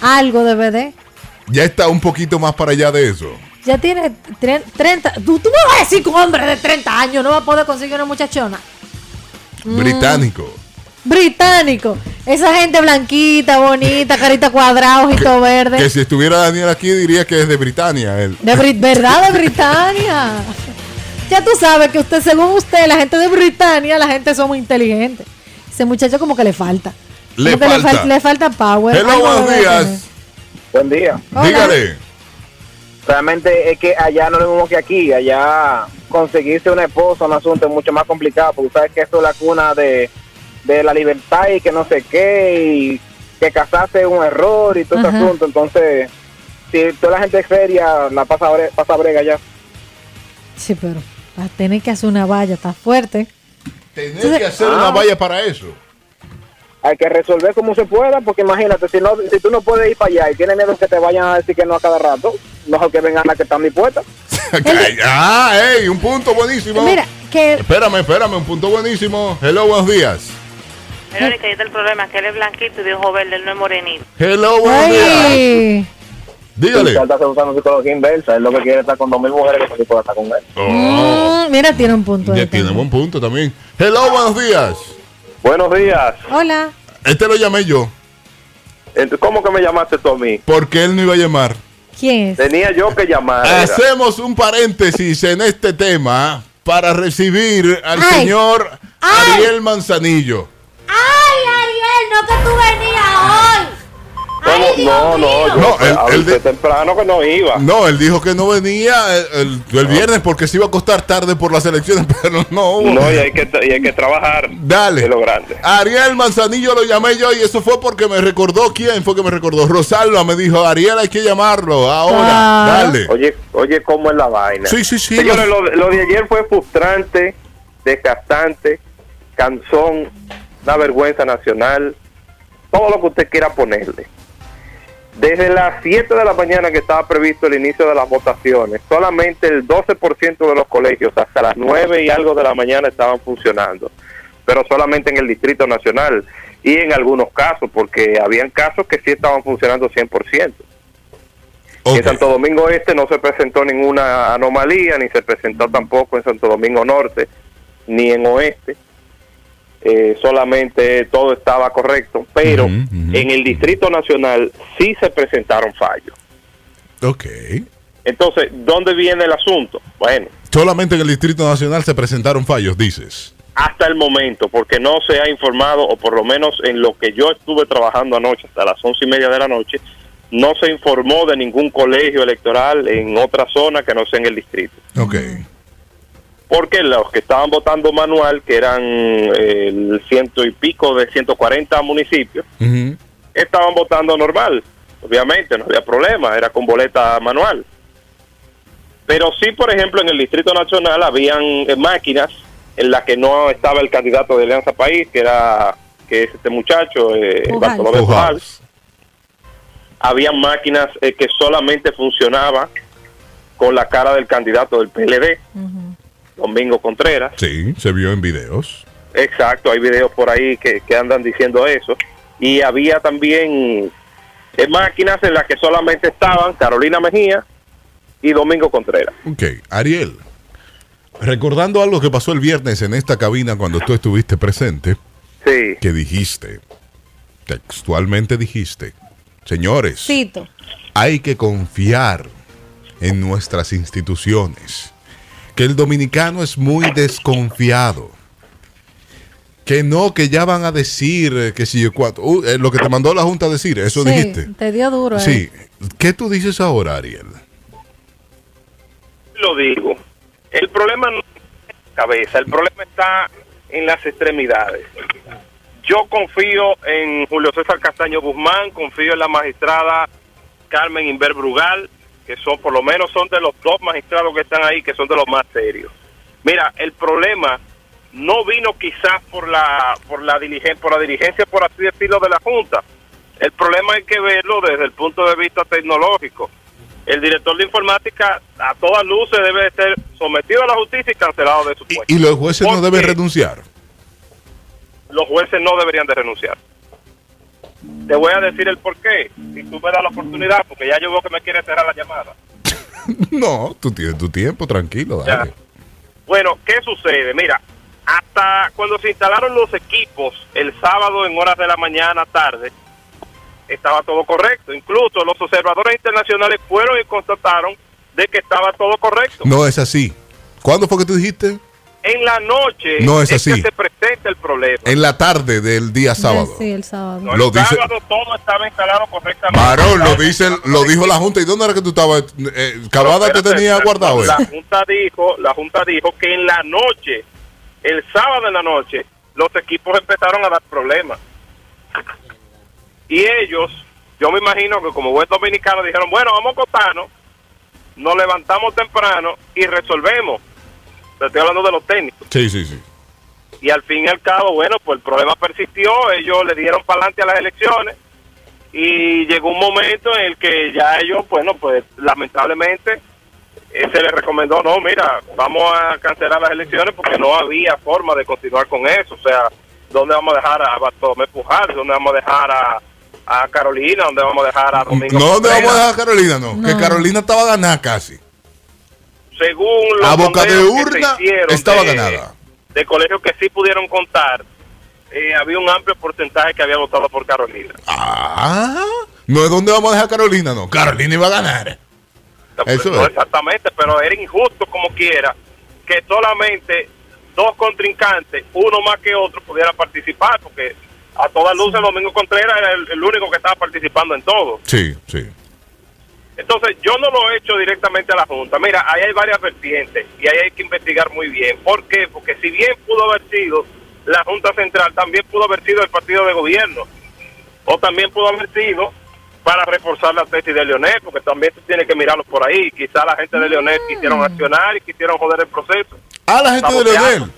algo debe de. Ya está un poquito más para allá de eso. Ya tiene tre- 30. Tú, tú me vas a decir que un hombre de 30 años no va a poder conseguir una muchachona. Mm, Británico. Británico. Esa gente blanquita, bonita, carita cuadrada, ojito verde. Que si estuviera Daniel aquí diría que es de Britania él. *laughs* De Brit- ¿Verdad de Britania? Ya tú sabes que usted, según usted, la gente de Britania, la gente somos inteligentes. Ese muchacho como que le falta. Le Como que falta. fal- le falta power. Hello, Algo buenos debe días. tener. Buen día. Dígale. Realmente es que allá no es lo mismo que aquí. Allá conseguirse una esposa, un asunto es mucho más complicado, porque sabes que esto es la cuna de, de la libertad y que no sé qué, y que casarse es un error y todo ese Ajá. asunto. Entonces, si toda la gente es seria, la pasa, bre- pasa brega allá. Sí, pero va a tener que hacer una valla, está fuerte. Tener que hacer una valla para eso. ah. Hay que resolver como se pueda, porque imagínate, si, no, si tú no puedes ir para allá y tienes miedo que te vayan a decir que no a cada rato, mejor que vengan las que están dispuestas. ah, hey, un punto buenísimo. Mira, que Espérame, espérame, un punto buenísimo. Hello, buenos días. Verónica, ahí está el problema, que él es blanquito y de ojo verde, él no es morenito. Hello, buenos días. Dígale. Y Salta se usa una psicología inversa, es lo que quiere estar con dos mil mujeres que se pueda estar con él. Oh. Mm, mira, tiene un punto. Ya tiene buen punto también. Hello, buenos días. Buenos días. Hola. Este lo llamé yo, Ent- ¿Cómo que me llamaste tú a mí? porque él no iba a llamar. ¿Quién es? Tenía yo que llamar. era. Ah, Hacemos un paréntesis en este tema para recibir al señor Ariel Manzanillo. ¡Ay, Ariel! ¡No que tú venías hoy! ¿Cómo? no, no, yo No, fue- él- él avisé de- temprano que no iba. Ah. No, él dijo que no venía el, el- el viernes porque se iba a acostar tarde por las elecciones, *laughs* pero no hubo. No, y hay que, y hay que trabajar. Dale. Es lo grande. Ariel Manzanillo lo llamé yo y eso fue porque me recordó quién fue que me recordó. Rosalba me dijo, Ariel hay que llamarlo ahora. Ah. Ah. Dale. Oye, oye, ¿cómo es la vaina? Sí, sí, sí. Señores, lo, lo de ayer fue frustrante, desgastante, cansón, una vergüenza nacional, todo lo que usted quiera ponerle. Desde las 7 de la mañana que estaba previsto el inicio de las votaciones, solamente el 12% de los colegios hasta las 9 y algo de la mañana estaban funcionando, pero solamente en el Distrito Nacional y en algunos casos, porque habían casos que sí estaban funcionando 100%. En Santo Domingo Este no se presentó ninguna anomalía, ni se presentó tampoco en Santo Domingo Norte, ni en Oeste. Eh, solamente todo estaba correcto, pero en el Distrito Nacional sí se presentaron fallos. Ok. Entonces, ¿dónde viene el asunto? Bueno, Solamente en el Distrito Nacional se presentaron fallos, dices. hasta el momento, porque no se ha informado, o por lo menos en lo que yo estuve trabajando anoche, hasta las once y media de la noche, no se informó de ningún colegio electoral en otra zona que no sea en el distrito. Ok. Porque los que estaban votando manual, que eran eh, el ciento y pico de 140 municipios, estaban votando normal. Obviamente, no había problema, era con boleta manual. Pero sí, por ejemplo, en el Distrito Nacional habían eh, máquinas en las que no estaba el candidato de Alianza País, que era que es este muchacho, eh, Pujals. Bartolomé Pujals. Pujals. Habían máquinas eh, que solamente funcionaba con la cara del candidato del PLD, Domingo Contreras. Sí, se vio en videos. Exacto, hay videos por ahí que, que andan diciendo eso. Y había también eh, máquinas en las que solamente estaban Carolina Mejía y Domingo Contreras. Ok, Ariel. Recordando algo que pasó el viernes en esta cabina cuando tú estuviste presente, Sí. que dijiste, textualmente dijiste, señores, Cito. hay que confiar en nuestras instituciones. Que el dominicano es muy desconfiado. Que no, que ya van a decir eh, que si yo cuatro. Uh, eh, lo que te mandó la Junta a decir, eso Sí, dijiste. Te dio duro. Sí. Sí. ¿Qué tú dices ahora, Ariel? Lo digo, el problema no está en la cabeza, el problema está en las extremidades. Yo confío en Julio César Castaño Guzmán, confío en la magistrada Carmen Inver Brugal, que son por lo menos son de los dos magistrados que están ahí, que son de los más serios. Mira, el problema no vino quizás por la por la diligencia, por la dirigencia por así decirlo de la junta. El problema hay que verlo desde el punto de vista tecnológico. El director de informática a todas luces debe ser sometido a la justicia y cancelado de su puesto. Y los jueces no deben renunciar. Los jueces no deberían de renunciar. Te voy a decir el por qué. Si tú me das la oportunidad, porque ya yo veo que me quiere cerrar la llamada. *laughs* No, tú tienes tu tiempo, tranquilo, dale. Bueno, ¿qué sucede? Mira, hasta cuando se instalaron los equipos el sábado en horas de la mañana tarde, estaba todo correcto. Incluso los observadores internacionales fueron y constataron de que estaba todo correcto. No es así. ¿Cuándo fue que tú dijiste? En la noche No es así. Eh, que se presenta el problema. En la tarde del día sábado. Sí, el sábado. No, el Lo dice- sábado todo estaba instalado correctamente. Varón, lo, dicen, lo dijo la Junta. ¿Y dónde era que tú estabas? Eh, Cavada te Espérate, tenía espérate, guardado. eh. La Junta dijo, la Junta dijo que en la noche, el sábado en la noche, los equipos empezaron a dar problemas. Y ellos, yo me imagino que como buen dominicano dijeron, bueno, vamos a cotarnos, nos levantamos temprano y resolvemos. Te estoy hablando de los técnicos. Sí, sí, sí. Y al fin y al cabo, bueno, pues el problema persistió, ellos le dieron para adelante a las elecciones y llegó un momento en el que ya ellos, bueno, pues lamentablemente eh, se les recomendó, no, mira, vamos a cancelar las elecciones porque no había forma de continuar con eso. O sea, ¿dónde vamos a dejar a Bartolomé Pujar? ¿Dónde vamos a dejar a, a Carolina? ¿Dónde vamos a dejar a Domingo? No, ¿dónde vamos a Contreras? dejar a Carolina? No, que Carolina estaba ganada casi. Según los A boca de sondeos que se urna hicieron estaba de- ganada. de colegios que sí pudieron contar, eh, había un amplio porcentaje que había votado por Carolina. Ah, no es dónde vamos a dejar a Carolina, no. Carolina iba a ganar. Eso No es. exactamente, pero era injusto como quiera que solamente dos contrincantes, uno más que otro, pudiera participar, porque a todas luces Domingo Contreras era el, el único que estaba participando en todo. Sí, sí. Entonces, yo no lo he hecho directamente a la Junta. Mira, ahí hay varias vertientes y ahí hay que investigar muy bien. ¿Por qué? Porque si bien pudo haber sido la Junta Central, también pudo haber sido el partido de gobierno. O también pudo haber sido para reforzar la tesis de Leonel, porque también tú tienes que mirarlo por ahí. Quizá la gente de Leonel Mm. quisieron accionar y quisieron joder el proceso. Ah, la gente de Saboteando. Leonel.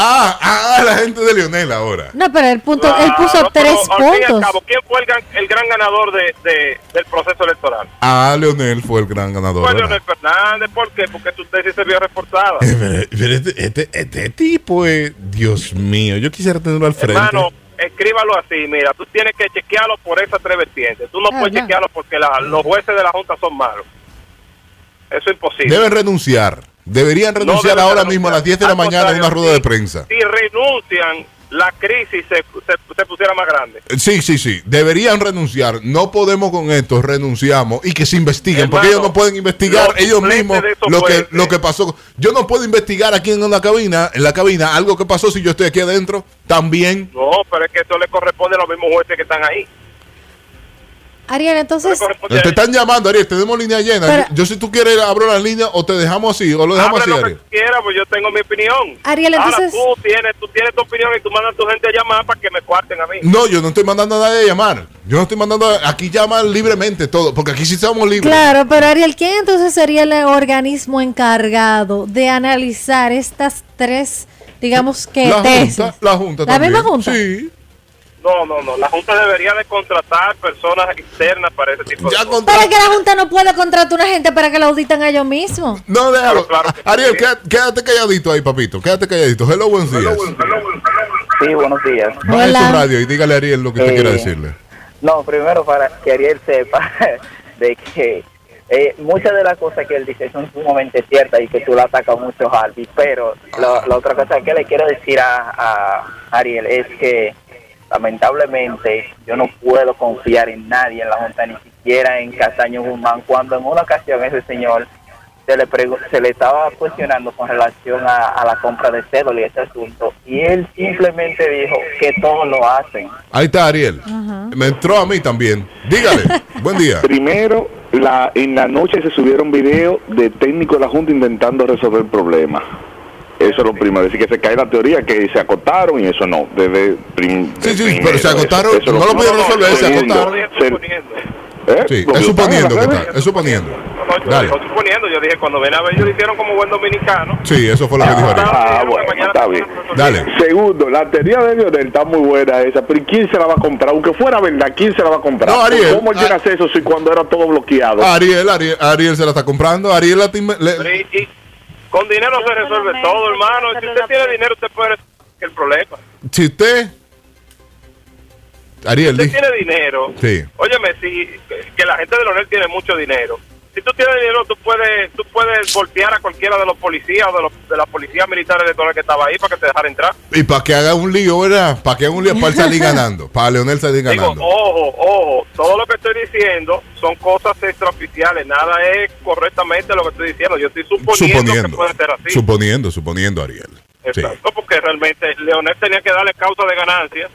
Ah, ah, ah, la gente de Leonel ahora. No, pero él, punto, él puso Claro, Ah, pero tres al fin y al puntos. cabo, ¿Quién fue el gran, el gran ganador de- de- del proceso electoral? Ah, Leonel fue el gran ganador. Fue ¿verdad? Leonel Fernández. ¿Por qué? Porque su tesis se vio reforzada. Eh, pero- pero este, este- este tipo es. Dios mío, yo quisiera tenerlo al frente. Hermano, escríbalo así, mira, tú tienes que chequearlo por esas tres vertientes. Tú no Ah, puedes chequearlo porque la- los jueces de la Junta son malos. Eso es imposible. Deben renunciar. Deberían No renunciar deben ahora renunciar. mismo a las 10 de la Al mañana en una contrario, rueda de prensa. Si renuncian, la crisis se, se- se pusiera más grande. Sí, sí, sí. Deberían renunciar. No podemos con esto, renunciamos y que se investiguen, Hermano, porque ellos no pueden investigar los ellos suplentes mismos de esos lo que, jueces. lo que pasó. Yo no puedo investigar aquí en la cabina, en la cabina, algo que pasó si yo estoy aquí adentro. También. No, pero es que eso le corresponde a los mismos jueces que están ahí. Ariel, entonces, Te están llamando, Ariel. Tenemos línea llena. yo, yo si tú quieres abro las líneas o te dejamos así o lo Abre dejamos así, lo que Ariel. tú quieras, pues yo tengo mi opinión. Ariel, entonces- Ahora tú tienes, tú tienes tu opinión y tú mandas a tu gente a llamar para que me cuarten a mí. No, yo no estoy mandando a nadie a llamar. Yo no estoy mandando a- aquí llaman libremente todo, porque aquí sí somos libres. claro, pero Ariel, ¿quién entonces sería el organismo encargado de analizar estas tres, digamos que, La tesis? junta, la junta Eh, Este ¿La misma también. junta? Sí. No, no, no. La Junta debería de contratar personas externas para ese tipo de cosas. Pero es que la Junta no puede contratar una gente para que la auditan a ellos mismos. No, déjalo. Ariel, sí. queda- quédate calladito ahí, papito. Quédate calladito. Hello, buenos días. Sí, buenos días. Baja tu radio y dígale a Ariel lo que usted Eh, quiera decirle. No, primero para que Ariel sepa *laughs* de que eh, muchas de las cosas que él dice son sumamente ciertas y que tú la atacas mucho, Harvey, pero la, la otra cosa que le quiero decir a, a Ariel es que lamentablemente yo no puedo confiar en nadie en la Junta, ni siquiera en Castaño Guzmán, cuando en una ocasión ese señor se le, pregu- se le estaba cuestionando con relación a, a la compra de cédula y ese asunto, y él simplemente dijo que todos lo hacen. Ahí está Ariel. Me entró a mí también. Eh, Dígale. Buen día. Primero, la, en la noche se subieron videos de técnicos de la Junta intentando resolver problemas. Eso es lo primero. Es decir, que se cae la teoría que se acotaron y eso no. Desde prim- Sí, sí, primero, pero se eso- acotaron, eso no lo pudieron resolver, se Segundo, acotaron. se- ¿Eh? Sí, Lo es que- suponiendo que está. Es suponiendo. No, yo Dale. digo, suponiendo, yo dije, cuando ven a ver, ellos lo hicieron como buen dominicano. Sí, eso fue lo que dijo ahorita. Ah, bueno, está bien. Dale. Segundo, la teoría de Lionel está muy buena esa, pero ¿y ¿quién se la va a comprar? Aunque fuera verdad, ¿quién se la va a comprar? No, Ariel, ah, ¿Cómo él llega a hacer eso si cuando era todo bloqueado? Ariel, Ariel, Ariel se la está comprando. Ariel la tim- le- Y, y con dinero se resuelve todo, hermano. Si usted tiene dinero, usted puede resolver el problema. si usted- Ariel, usted di- tiene dinero, Sí. óyeme, si, que la gente de Leonel tiene mucho dinero. Si tú tienes dinero, tú puedes, tú puedes voltear a cualquiera de los policías o de, los, de las policías militares de Leonel que estaba ahí para que te dejara entrar. y para que haga un lío, ¿verdad? Para que haga un lío, para él salir ganando. Para Leonel salir Digo, ganando. ojo, ojo, todo lo que estoy diciendo son cosas extraoficiales, nada es correctamente lo que estoy diciendo. Yo estoy suponiendo, que Suponiendo. puede ser así. Suponiendo, suponiendo, Ariel. Sí. Exacto, porque realmente Leonel tenía que darle causa de ganancia,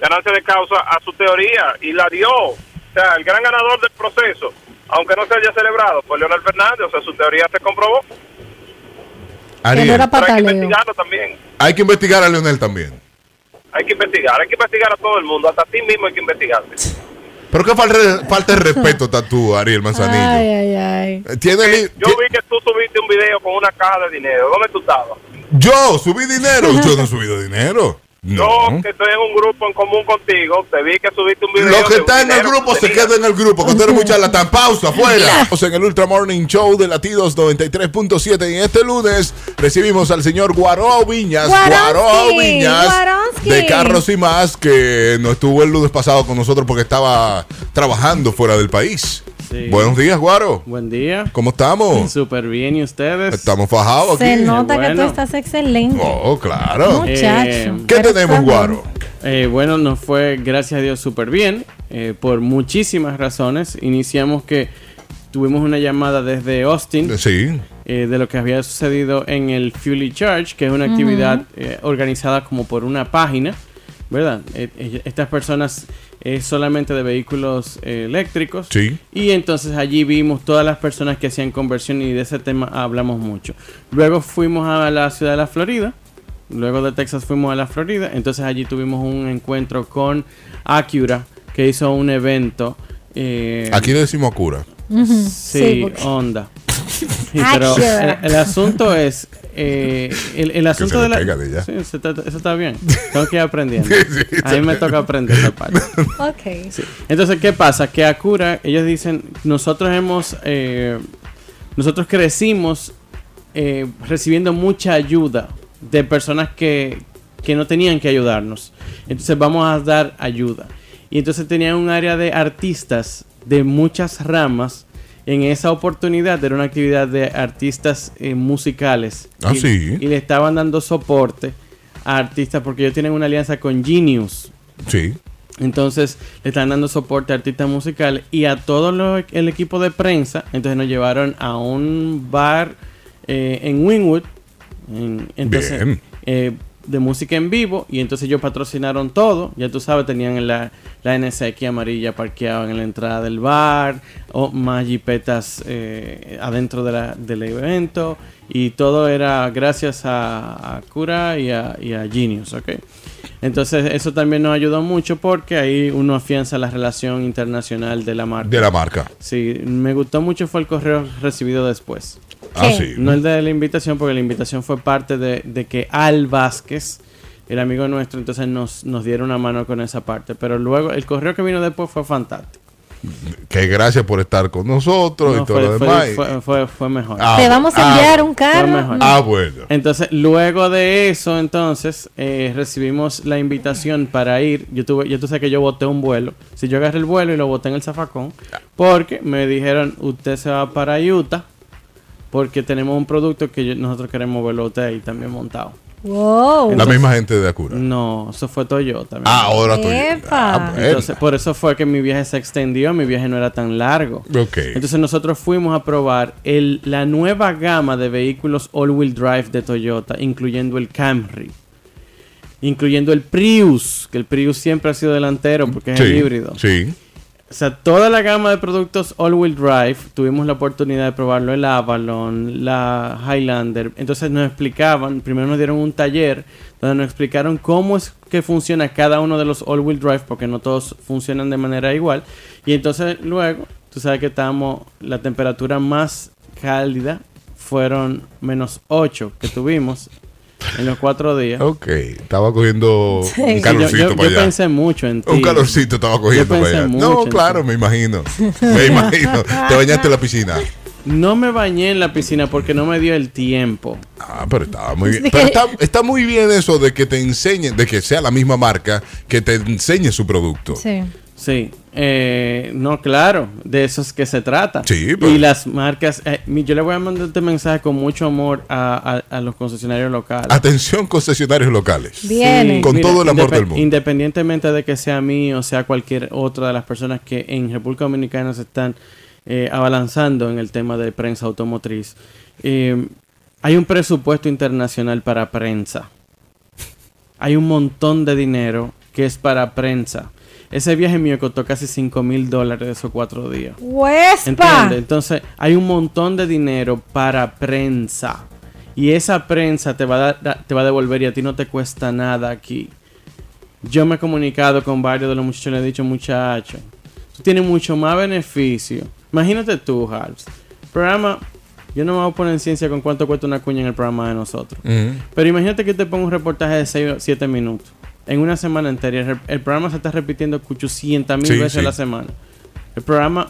ganancia de causa a su teoría y la dio. O sea, el gran ganador del proceso, aunque no se haya celebrado, fue Leonel Fernández, o sea, su teoría se comprobó. Ariel, Pero hay que investigarlo también, hay que investigar a Leonel también. hay que investigar, hay que investigar a todo el mundo, hasta a ti mismo hay que investigarte. Pero qué falta, falta de respeto está tú, Ariel Manzanillo. Ay, ay, ay. Eh, Tiene li- Yo vi que tú subiste un video con una caja de dinero, ¿dónde tú estabas? Yo subí dinero. Yo no he subido dinero. No. Yo, que estoy en un grupo en común contigo, te vi que subiste un video. Lo que de está en el Pues, dinero grupo que se tenías. queda en el grupo. Que usted eres muy charlatán. Pausa, fuera. Estamos en el Ultra Morning Show de Latidos 93.7. Y este lunes recibimos al señor Guaró Viñas. Guaronsky, Guaró Viñas. Guaronsky. De Carros y Más, que no estuvo el lunes pasado con nosotros porque estaba trabajando fuera del país. Sí. Buenos días, Guaro. Buen día. ¿Cómo *laughs* estamos? Súper bien, ¿y ustedes? Estamos fajados aquí. Se nota que tú Bueno. estás excelente. Oh, claro. Muchacho. ¿Qué tenemos, Guaro? Eh, bueno, nos fue, gracias a Dios, súper bien. eh, por muchísimas razones. Iniciamos que tuvimos una llamada desde Austin. Sí. eh, de lo que había sucedido en el Fully Charge, que es una Ujú. actividad eh, organizada como por una página, ¿verdad? Eh, eh, estas personas es solamente de vehículos eh, eléctricos. Sí. Y entonces allí vimos todas las personas que hacían conversión y de ese tema hablamos mucho. Luego fuimos a la ciudad de la Florida. Luego de Texas fuimos a la Florida. Entonces allí tuvimos un encuentro con Acura que hizo un evento. eh, Aquí le decimos a cura. Ujú. Sí, Sí, porque- *laughs* onda. Sí, pero Acura. el, el asunto es. eh, el, el asunto se de le la. caiga de ella. Sí, se está- eso está *laughs* bien. Tengo que ir aprendiendo. a mí está me bien. toca aprender esa *laughs* parte. Ok. Sí. Entonces, ¿qué pasa? Que Acura, ellos dicen, nosotros hemos, eh, nosotros crecimos eh, recibiendo mucha ayuda de personas que, que no tenían que ayudarnos. Entonces vamos a dar ayuda. Y entonces tenían un área de artistas de muchas ramas. En esa oportunidad era una actividad de artistas eh, musicales. Ah, y, sí. Y le estaban dando soporte a artistas porque ellos tienen una alianza con Genius. Sí. Entonces le están dando soporte a artistas musicales y a todo lo- el equipo de prensa. Entonces nos llevaron a un bar eh, en Winwood. en- entonces, Bien. eh, de música en vivo. Y entonces ellos patrocinaron todo. Ya tú sabes, tenían la, la NSX amarilla parqueada en la entrada del bar. O más jipetas eh, adentro de la- del evento. Y todo era gracias a, a Cura y a, y a Genius, ¿ok? Entonces eso también nos ayudó mucho porque ahí uno afianza la relación internacional de la marca. De la marca. Sí, me gustó mucho fue el correo recibido después. Ah, sí. No el de la invitación porque la invitación fue parte de, de que Al Vázquez, el amigo nuestro, entonces nos, nos dieron una mano con esa parte. Pero luego el correo que vino después fue fantástico. Que gracias por estar con nosotros No, y todo fue- lo fue- demás. fue- fue- fue mejor. Ah, Te vamos a ah, enviar Fue un carro. mejor. No. Entonces, luego de eso, entonces, eh, recibimos la invitación para ir. Yo tuve, yo tú sabes que yo boté un vuelo. Si yo agarré el vuelo y lo boté en el zafacón, porque me dijeron, usted se va para Utah, porque tenemos un producto que yo- nosotros queremos verlo a usted ahí también montado. Wow. La misma gente de Acura. No, eso fue Toyota. Ah, ahora Toyota. Epa. Ah, bueno. Entonces, por eso fue que mi viaje se extendió, mi viaje no era tan largo. Ok. Entonces nosotros fuimos a probar el, la nueva gama de vehículos all-wheel drive de Toyota, incluyendo el Camry, incluyendo el Prius, que el Prius siempre ha sido delantero porque es Sí, el híbrido. Sí. O sea, toda la gama de productos all-wheel drive, tuvimos la oportunidad de probarlo el Avalon, la Highlander. Entonces nos explicaban, primero nos dieron un taller donde nos explicaron cómo es que funciona cada uno de los all-wheel drive, porque no todos funcionan de manera igual. Y entonces luego, tú Tú sabes que estábamos, la temperatura más cálida fueron menos 8 que tuvimos en los cuatro días. Ok, estaba cogiendo Sí. un Yo- calorcito yo- yo para allá. pensé mucho en ti. Un calorcito estaba Yo cogiendo para pensé allá. mucho en no, ti. claro, me imagino. *laughs* Me imagino. Te bañaste en la piscina. No me bañé en la piscina porque no me dio el tiempo. Ah, pero estaba muy bien. Pero está, está muy bien eso de que te enseñen, de que sea la misma marca que te enseñe su producto. Sí. Sí, eh, no, claro, de eso es que se trata. Sí, Y las marcas, eh, mi- yo le voy a mandar este mensaje con mucho amor a, a- a los concesionarios locales. Atención, concesionarios locales. Sí, Con mira, todo el amor indepe- del mundo. Independientemente de que sea mí o sea cualquier otra de las personas que en República Dominicana se están eh, abalanzando en el tema de prensa automotriz, eh, hay un presupuesto internacional para prensa. Hay un montón de dinero que es para prensa. Ese viaje mío costó casi 5 mil dólares de esos cuatro días. ¡Huespa! ¿Entiendes? Entonces, hay un montón de dinero para prensa. Y esa prensa te va, a dar- da- te va a devolver y a ti no te cuesta nada aquí. Yo me he comunicado con varios de los muchachos y le he dicho, muchacho, tú tienes mucho más beneficio. Imagínate tú, Harps. Programa, yo no me voy a poner en ciencia con cuánto cuesta una cuña en el programa de nosotros. Ujú. Pero imagínate que te pongo un reportaje de 6 o 7 minutos. En una semana entera. El, re- el programa se está repitiendo 800 mil Sí, veces sí. a la semana. El programa,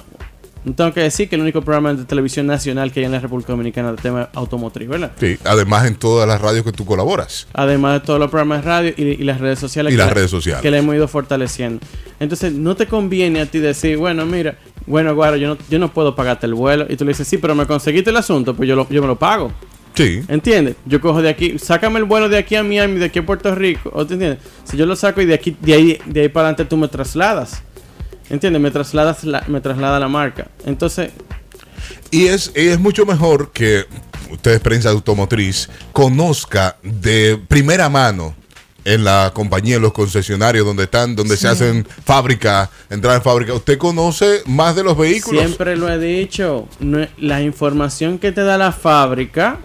no tengo que decir que el único programa de televisión nacional que hay en la República Dominicana de tema automotriz, ¿verdad? Sí, además en todas las radios que tú colaboras. Además de todos los programas de radio y, y las redes sociales. Y que las la- redes sociales. Que le hemos ido fortaleciendo. Entonces, no te conviene a ti decir, bueno, mira, bueno, Guaro, yo no, yo no puedo pagarte el vuelo. Y tú le dices, sí, pero me conseguiste el asunto, pues yo, lo- yo me lo pago. Sí. ¿Entiendes? Yo cojo de aquí, sácame el vuelo de aquí a Miami, de aquí a Puerto Rico. ¿o te entiendes? Si yo lo saco y de aquí, de ahí, de ahí para adelante tú me trasladas. ¿Entiendes? Me trasladas la, me traslada la marca. Entonces, Y es, y es mucho mejor que ustedes, prensa automotriz, conozca de primera mano en la compañía, en los concesionarios donde están, donde se hacen fábrica, entrar en fábrica. Usted conoce más de los vehículos. Siempre lo he dicho. no es- la información que te da la fábrica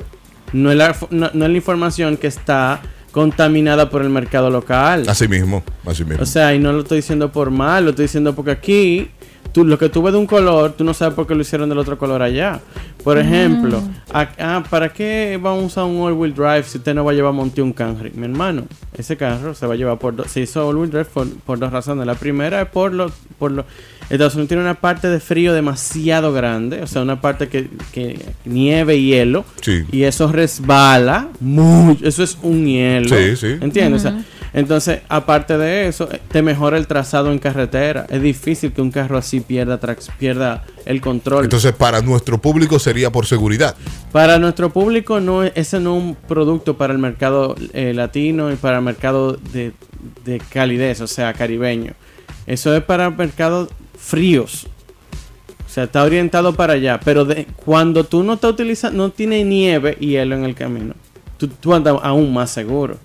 no es la, fo- no- no es la información que está contaminada por el mercado local. Así mismo, así mismo. O sea, y no lo estoy diciendo por mal, lo estoy diciendo porque aquí, tú, lo que tú ves de un color, tú no sabes por qué lo hicieron del otro color allá. Por ejemplo, a- ah, ¿para qué vamos a usar un all-wheel drive si usted no va a llevar monte un carro? Mi hermano, ese carro se va a llevar por dos, se hizo all-wheel drive por, por dos razones. La primera es por los, por los, Estados Unidos tiene una parte de frío demasiado grande, o sea, una parte que, que nieve y hielo, Sí. y eso resbala mucho, eso es un hielo. Sí, sí. ¿Entiendes? O sea, Ujú. entonces, aparte de eso, eh, te mejora el trazado en carretera. Es difícil que un carro así pierda, trax- pierda el control. Entonces, para nuestro público sería por seguridad. para nuestro público, no, es- ese no es un producto para el mercado eh, latino y para el mercado de, de calidez, o sea, caribeño. Eso es para mercados fríos. O sea, está orientado para allá. Pero de, cuando tú no estás utilizando, no tiene nieve y hielo en el camino, tú, tú andas aún más seguro.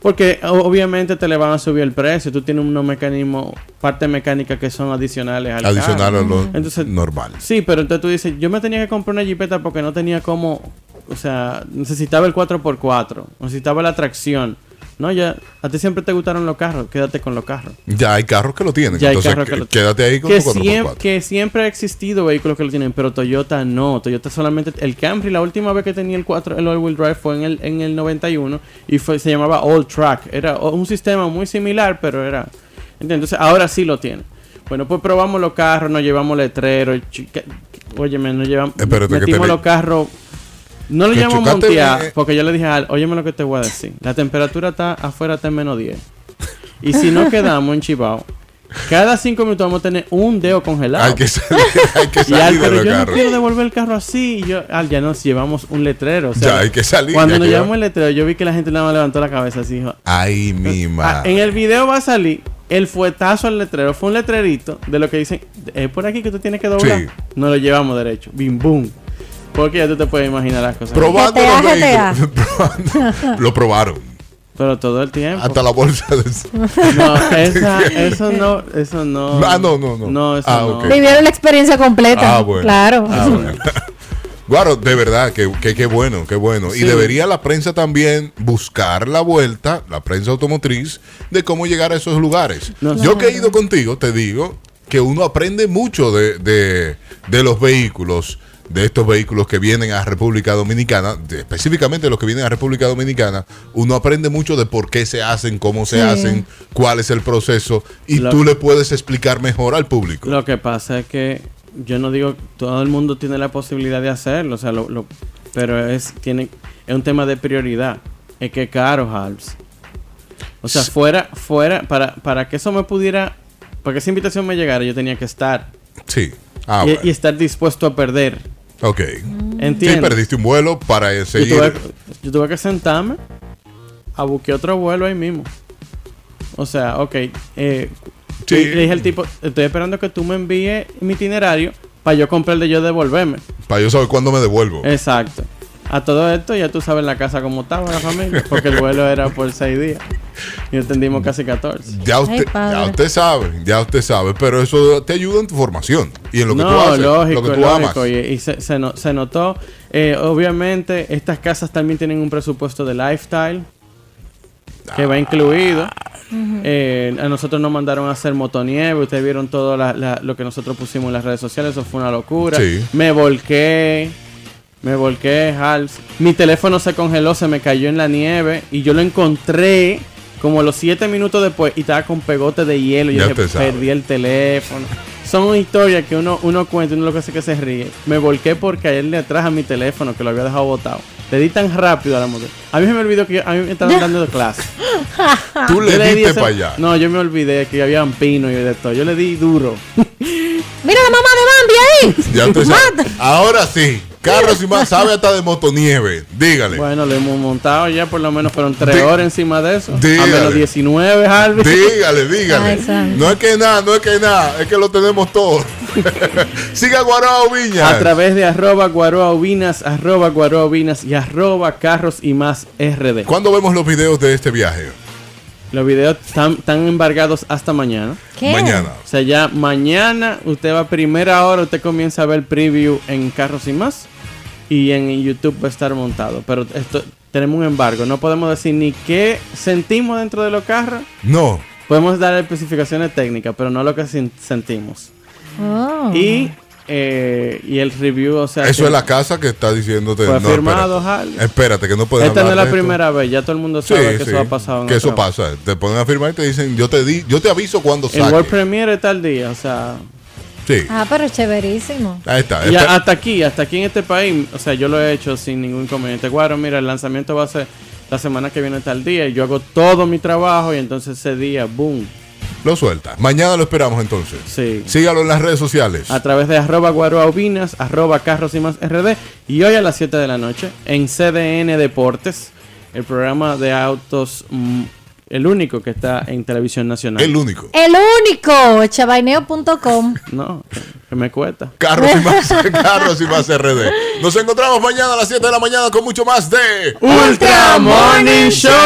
Porque o- obviamente te le van a subir el precio. Tú tienes unos mecanismos, partes mecánicas que son adicionales al Adicional carro. a lo Entonces, normal. Sí, pero entonces tú dices, yo me tenía que comprar una jipeta porque no tenía como, o sea, necesitaba el 4x4, necesitaba la tracción. No, ya, a ti siempre te gustaron los carros, quédate con los carros. Ya hay carros que lo tienen. Ya hay Entonces, carros que qu- lo- quédate ahí con que tu 4x4. siem- que siempre ha existido vehículos que lo tienen, pero Toyota no. Toyota solamente. El Camry, la última vez que tenía el, 4, el all-wheel drive fue en el, en el 91 y fue, se llamaba All Track. Era o- un sistema muy similar, pero era. ¿entiendes? Entonces ahora sí lo tiene. Bueno, pues probamos los carros, nos llevamos letreros. chica- Óyeme, nos llevamos. Espérate que te metimos le- los carros. No lo Que llamo chocaste, montear, eh. porque yo le dije a Al, óyeme lo que te voy a decir. La temperatura está afuera, está en menos 10. Y si no quedamos en Chibao, cada cinco minutos vamos a tener un dedo congelado. Hay que salir, *laughs* y Al, salir de pero los yo no carros". quiero devolver el carro así. Y yo, Al, ya nos llevamos un letrero. o sea, Ya hay que salir, Cuando ya nos que llevamos el letrero, yo vi que la gente nada más levantó la cabeza así. Dijo, Ay, mi "Ah, madre. en el video va a salir el fuetazo al letrero. Fue un letrerito de lo que dicen, es por aquí que tú tienes que doblar. Sí. No lo llevamos derecho. Bim, boom. Porque ya tú te puedes imaginar las cosas. Probando GTA, los GTA. *laughs* *laughs* Lo probaron. Pero todo el tiempo. Hasta la bolsa de... *laughs* *laughs* No, esa- eso no, eso no. Ah, no, no, no. No, eso Ah, no. ok. Vivieron la experiencia completa. Ah, bueno. Claro. Ah, bueno. *laughs* Guaro, de verdad, que, que, que bueno, qué bueno. Sí. Y debería la prensa también buscar la vuelta, la prensa automotriz, de cómo llegar a esos lugares. Yo que he ido contigo, te digo, que uno aprende mucho de, de- de los vehículos, de estos vehículos que vienen a República Dominicana, de- específicamente los que vienen a República Dominicana, uno aprende mucho de por qué se hacen, cómo se Sí. hacen, cuál es el proceso, y Lo- tú le puedes explicar mejor al público. Lo que pasa es que yo no digo todo el mundo tiene la posibilidad de hacerlo, o sea, lo, lo- pero es tiene es un tema de prioridad. Es que es caro, Halves. O sea, fuera fuera para para que eso me pudiera para que esa invitación me llegara, yo tenía que estar. Sí. Ah, y, bueno. y estar dispuesto a perder. Ok. Entiendo. Sí, perdiste un vuelo para eh, Yo seguir. tuve, yo tuve que sentarme a buscar otro vuelo ahí mismo. O sea, ok. eh, Sí. le, le dije al tipo, estoy esperando que tú me envíes mi itinerario para yo comprar el de yo devolverme. Para yo saber cuándo me devuelvo. Exacto. A todo esto ya tú sabes la casa como estaba la familia, porque el vuelo era por seis días. Y entendimos casi 14. Ya usted, ya usted sabe, ya usted sabe, pero eso te ayuda en tu formación y en lo que no, tú haces, lógico, lo que tú amas. lógico. Y, y se, se no- se notó. Eh, obviamente, estas casas también tienen un presupuesto de lifestyle que Ah. va incluido. Ujú. Eh, a nosotros nos mandaron a hacer motonieve. Ustedes vieron todo la- la- lo que nosotros pusimos en las redes sociales. Eso fue una locura. Sí. Me volqué. Me volqué, Hals. Mi teléfono se congeló, se me cayó en la nieve. Y yo lo encontré como los siete minutos después. Y estaba con pegote de hielo. Y Ya yo dije, usted sabe. perdí el teléfono. Son historias que uno, uno cuenta y uno lo que hace es que se ríe. Me volqué por caerle atrás a mi teléfono que lo había dejado botado. Le di tan rápido a la mujer. A mí se me olvidó que yo- a mí me estaban dando clase. ¿eh? *laughs* Tú le Yo di diste ese- para allá. No, yo me olvidé que había pino y de todo. Yo le di duro. *laughs* Mira la mamá de *laughs* Bambi ahí. Ya usted *laughs* sabe. Ahora sí, Carlos Simán sabe hasta de motonieve. Dígale. Bueno, lo hemos montado ya, por lo menos fueron tres horas encima de eso. A dígale. menos 19, Harvey. Dígale, dígale. Ay, santo. no es que nada, no es que nada, es que lo tenemos *laughs* todo. Siga Guarao Viña. A través de arroba guaroaubinas, arroba guaroaubinas y arroba carros y más RD. ¿Cuándo vemos los videos de este viaje? Los videos están, están embargados hasta mañana. ¿Qué? Mañana. O sea, ya mañana usted va a primera hora, usted comienza a ver preview en Carros y más. Y en YouTube va a estar montado. Pero esto, tenemos un embargo. No podemos decir ni qué sentimos dentro de los carros. No. Podemos dar especificaciones técnicas, pero no lo que sen- sentimos. Oh. Y, eh, y el review, o sea. Eso que- es la casa que está diciéndote. Fue no, firmado, espérate. Harley. Espérate, que no podemos Esta no es hablar la de esto. primera vez, ya todo el mundo Sí, sabe que sí, eso ha pasado. en que eso otro- pasa. Te ponen a firmar y te dicen, yo te di, yo te aviso cuando El saque. World Premiere tal día, o sea. Sí. Ah, pero es chéverísimo. Ahí está. Y Espe- a- hasta aquí, hasta aquí en este país, o sea, yo lo he hecho sin ningún inconveniente. Guaro, mira, el lanzamiento va a ser la semana que viene tal día y yo hago todo mi trabajo y entonces ese día, boom, Lo suelta. Mañana lo esperamos entonces. Sí. Sígalo en las redes *laughs* sociales. a través de arroba guaroaubinas, arroba carros y más RD y hoy a las 7 de la noche en CDN Deportes, el programa de autos, mm, el único que está en televisión nacional. El único. El único, chabaineo.com. No, que me cuesta. Carros y *laughs* más, carros y más RD. Nos encontramos mañana a las 7 de la mañana con mucho más de Ultra Morning Show.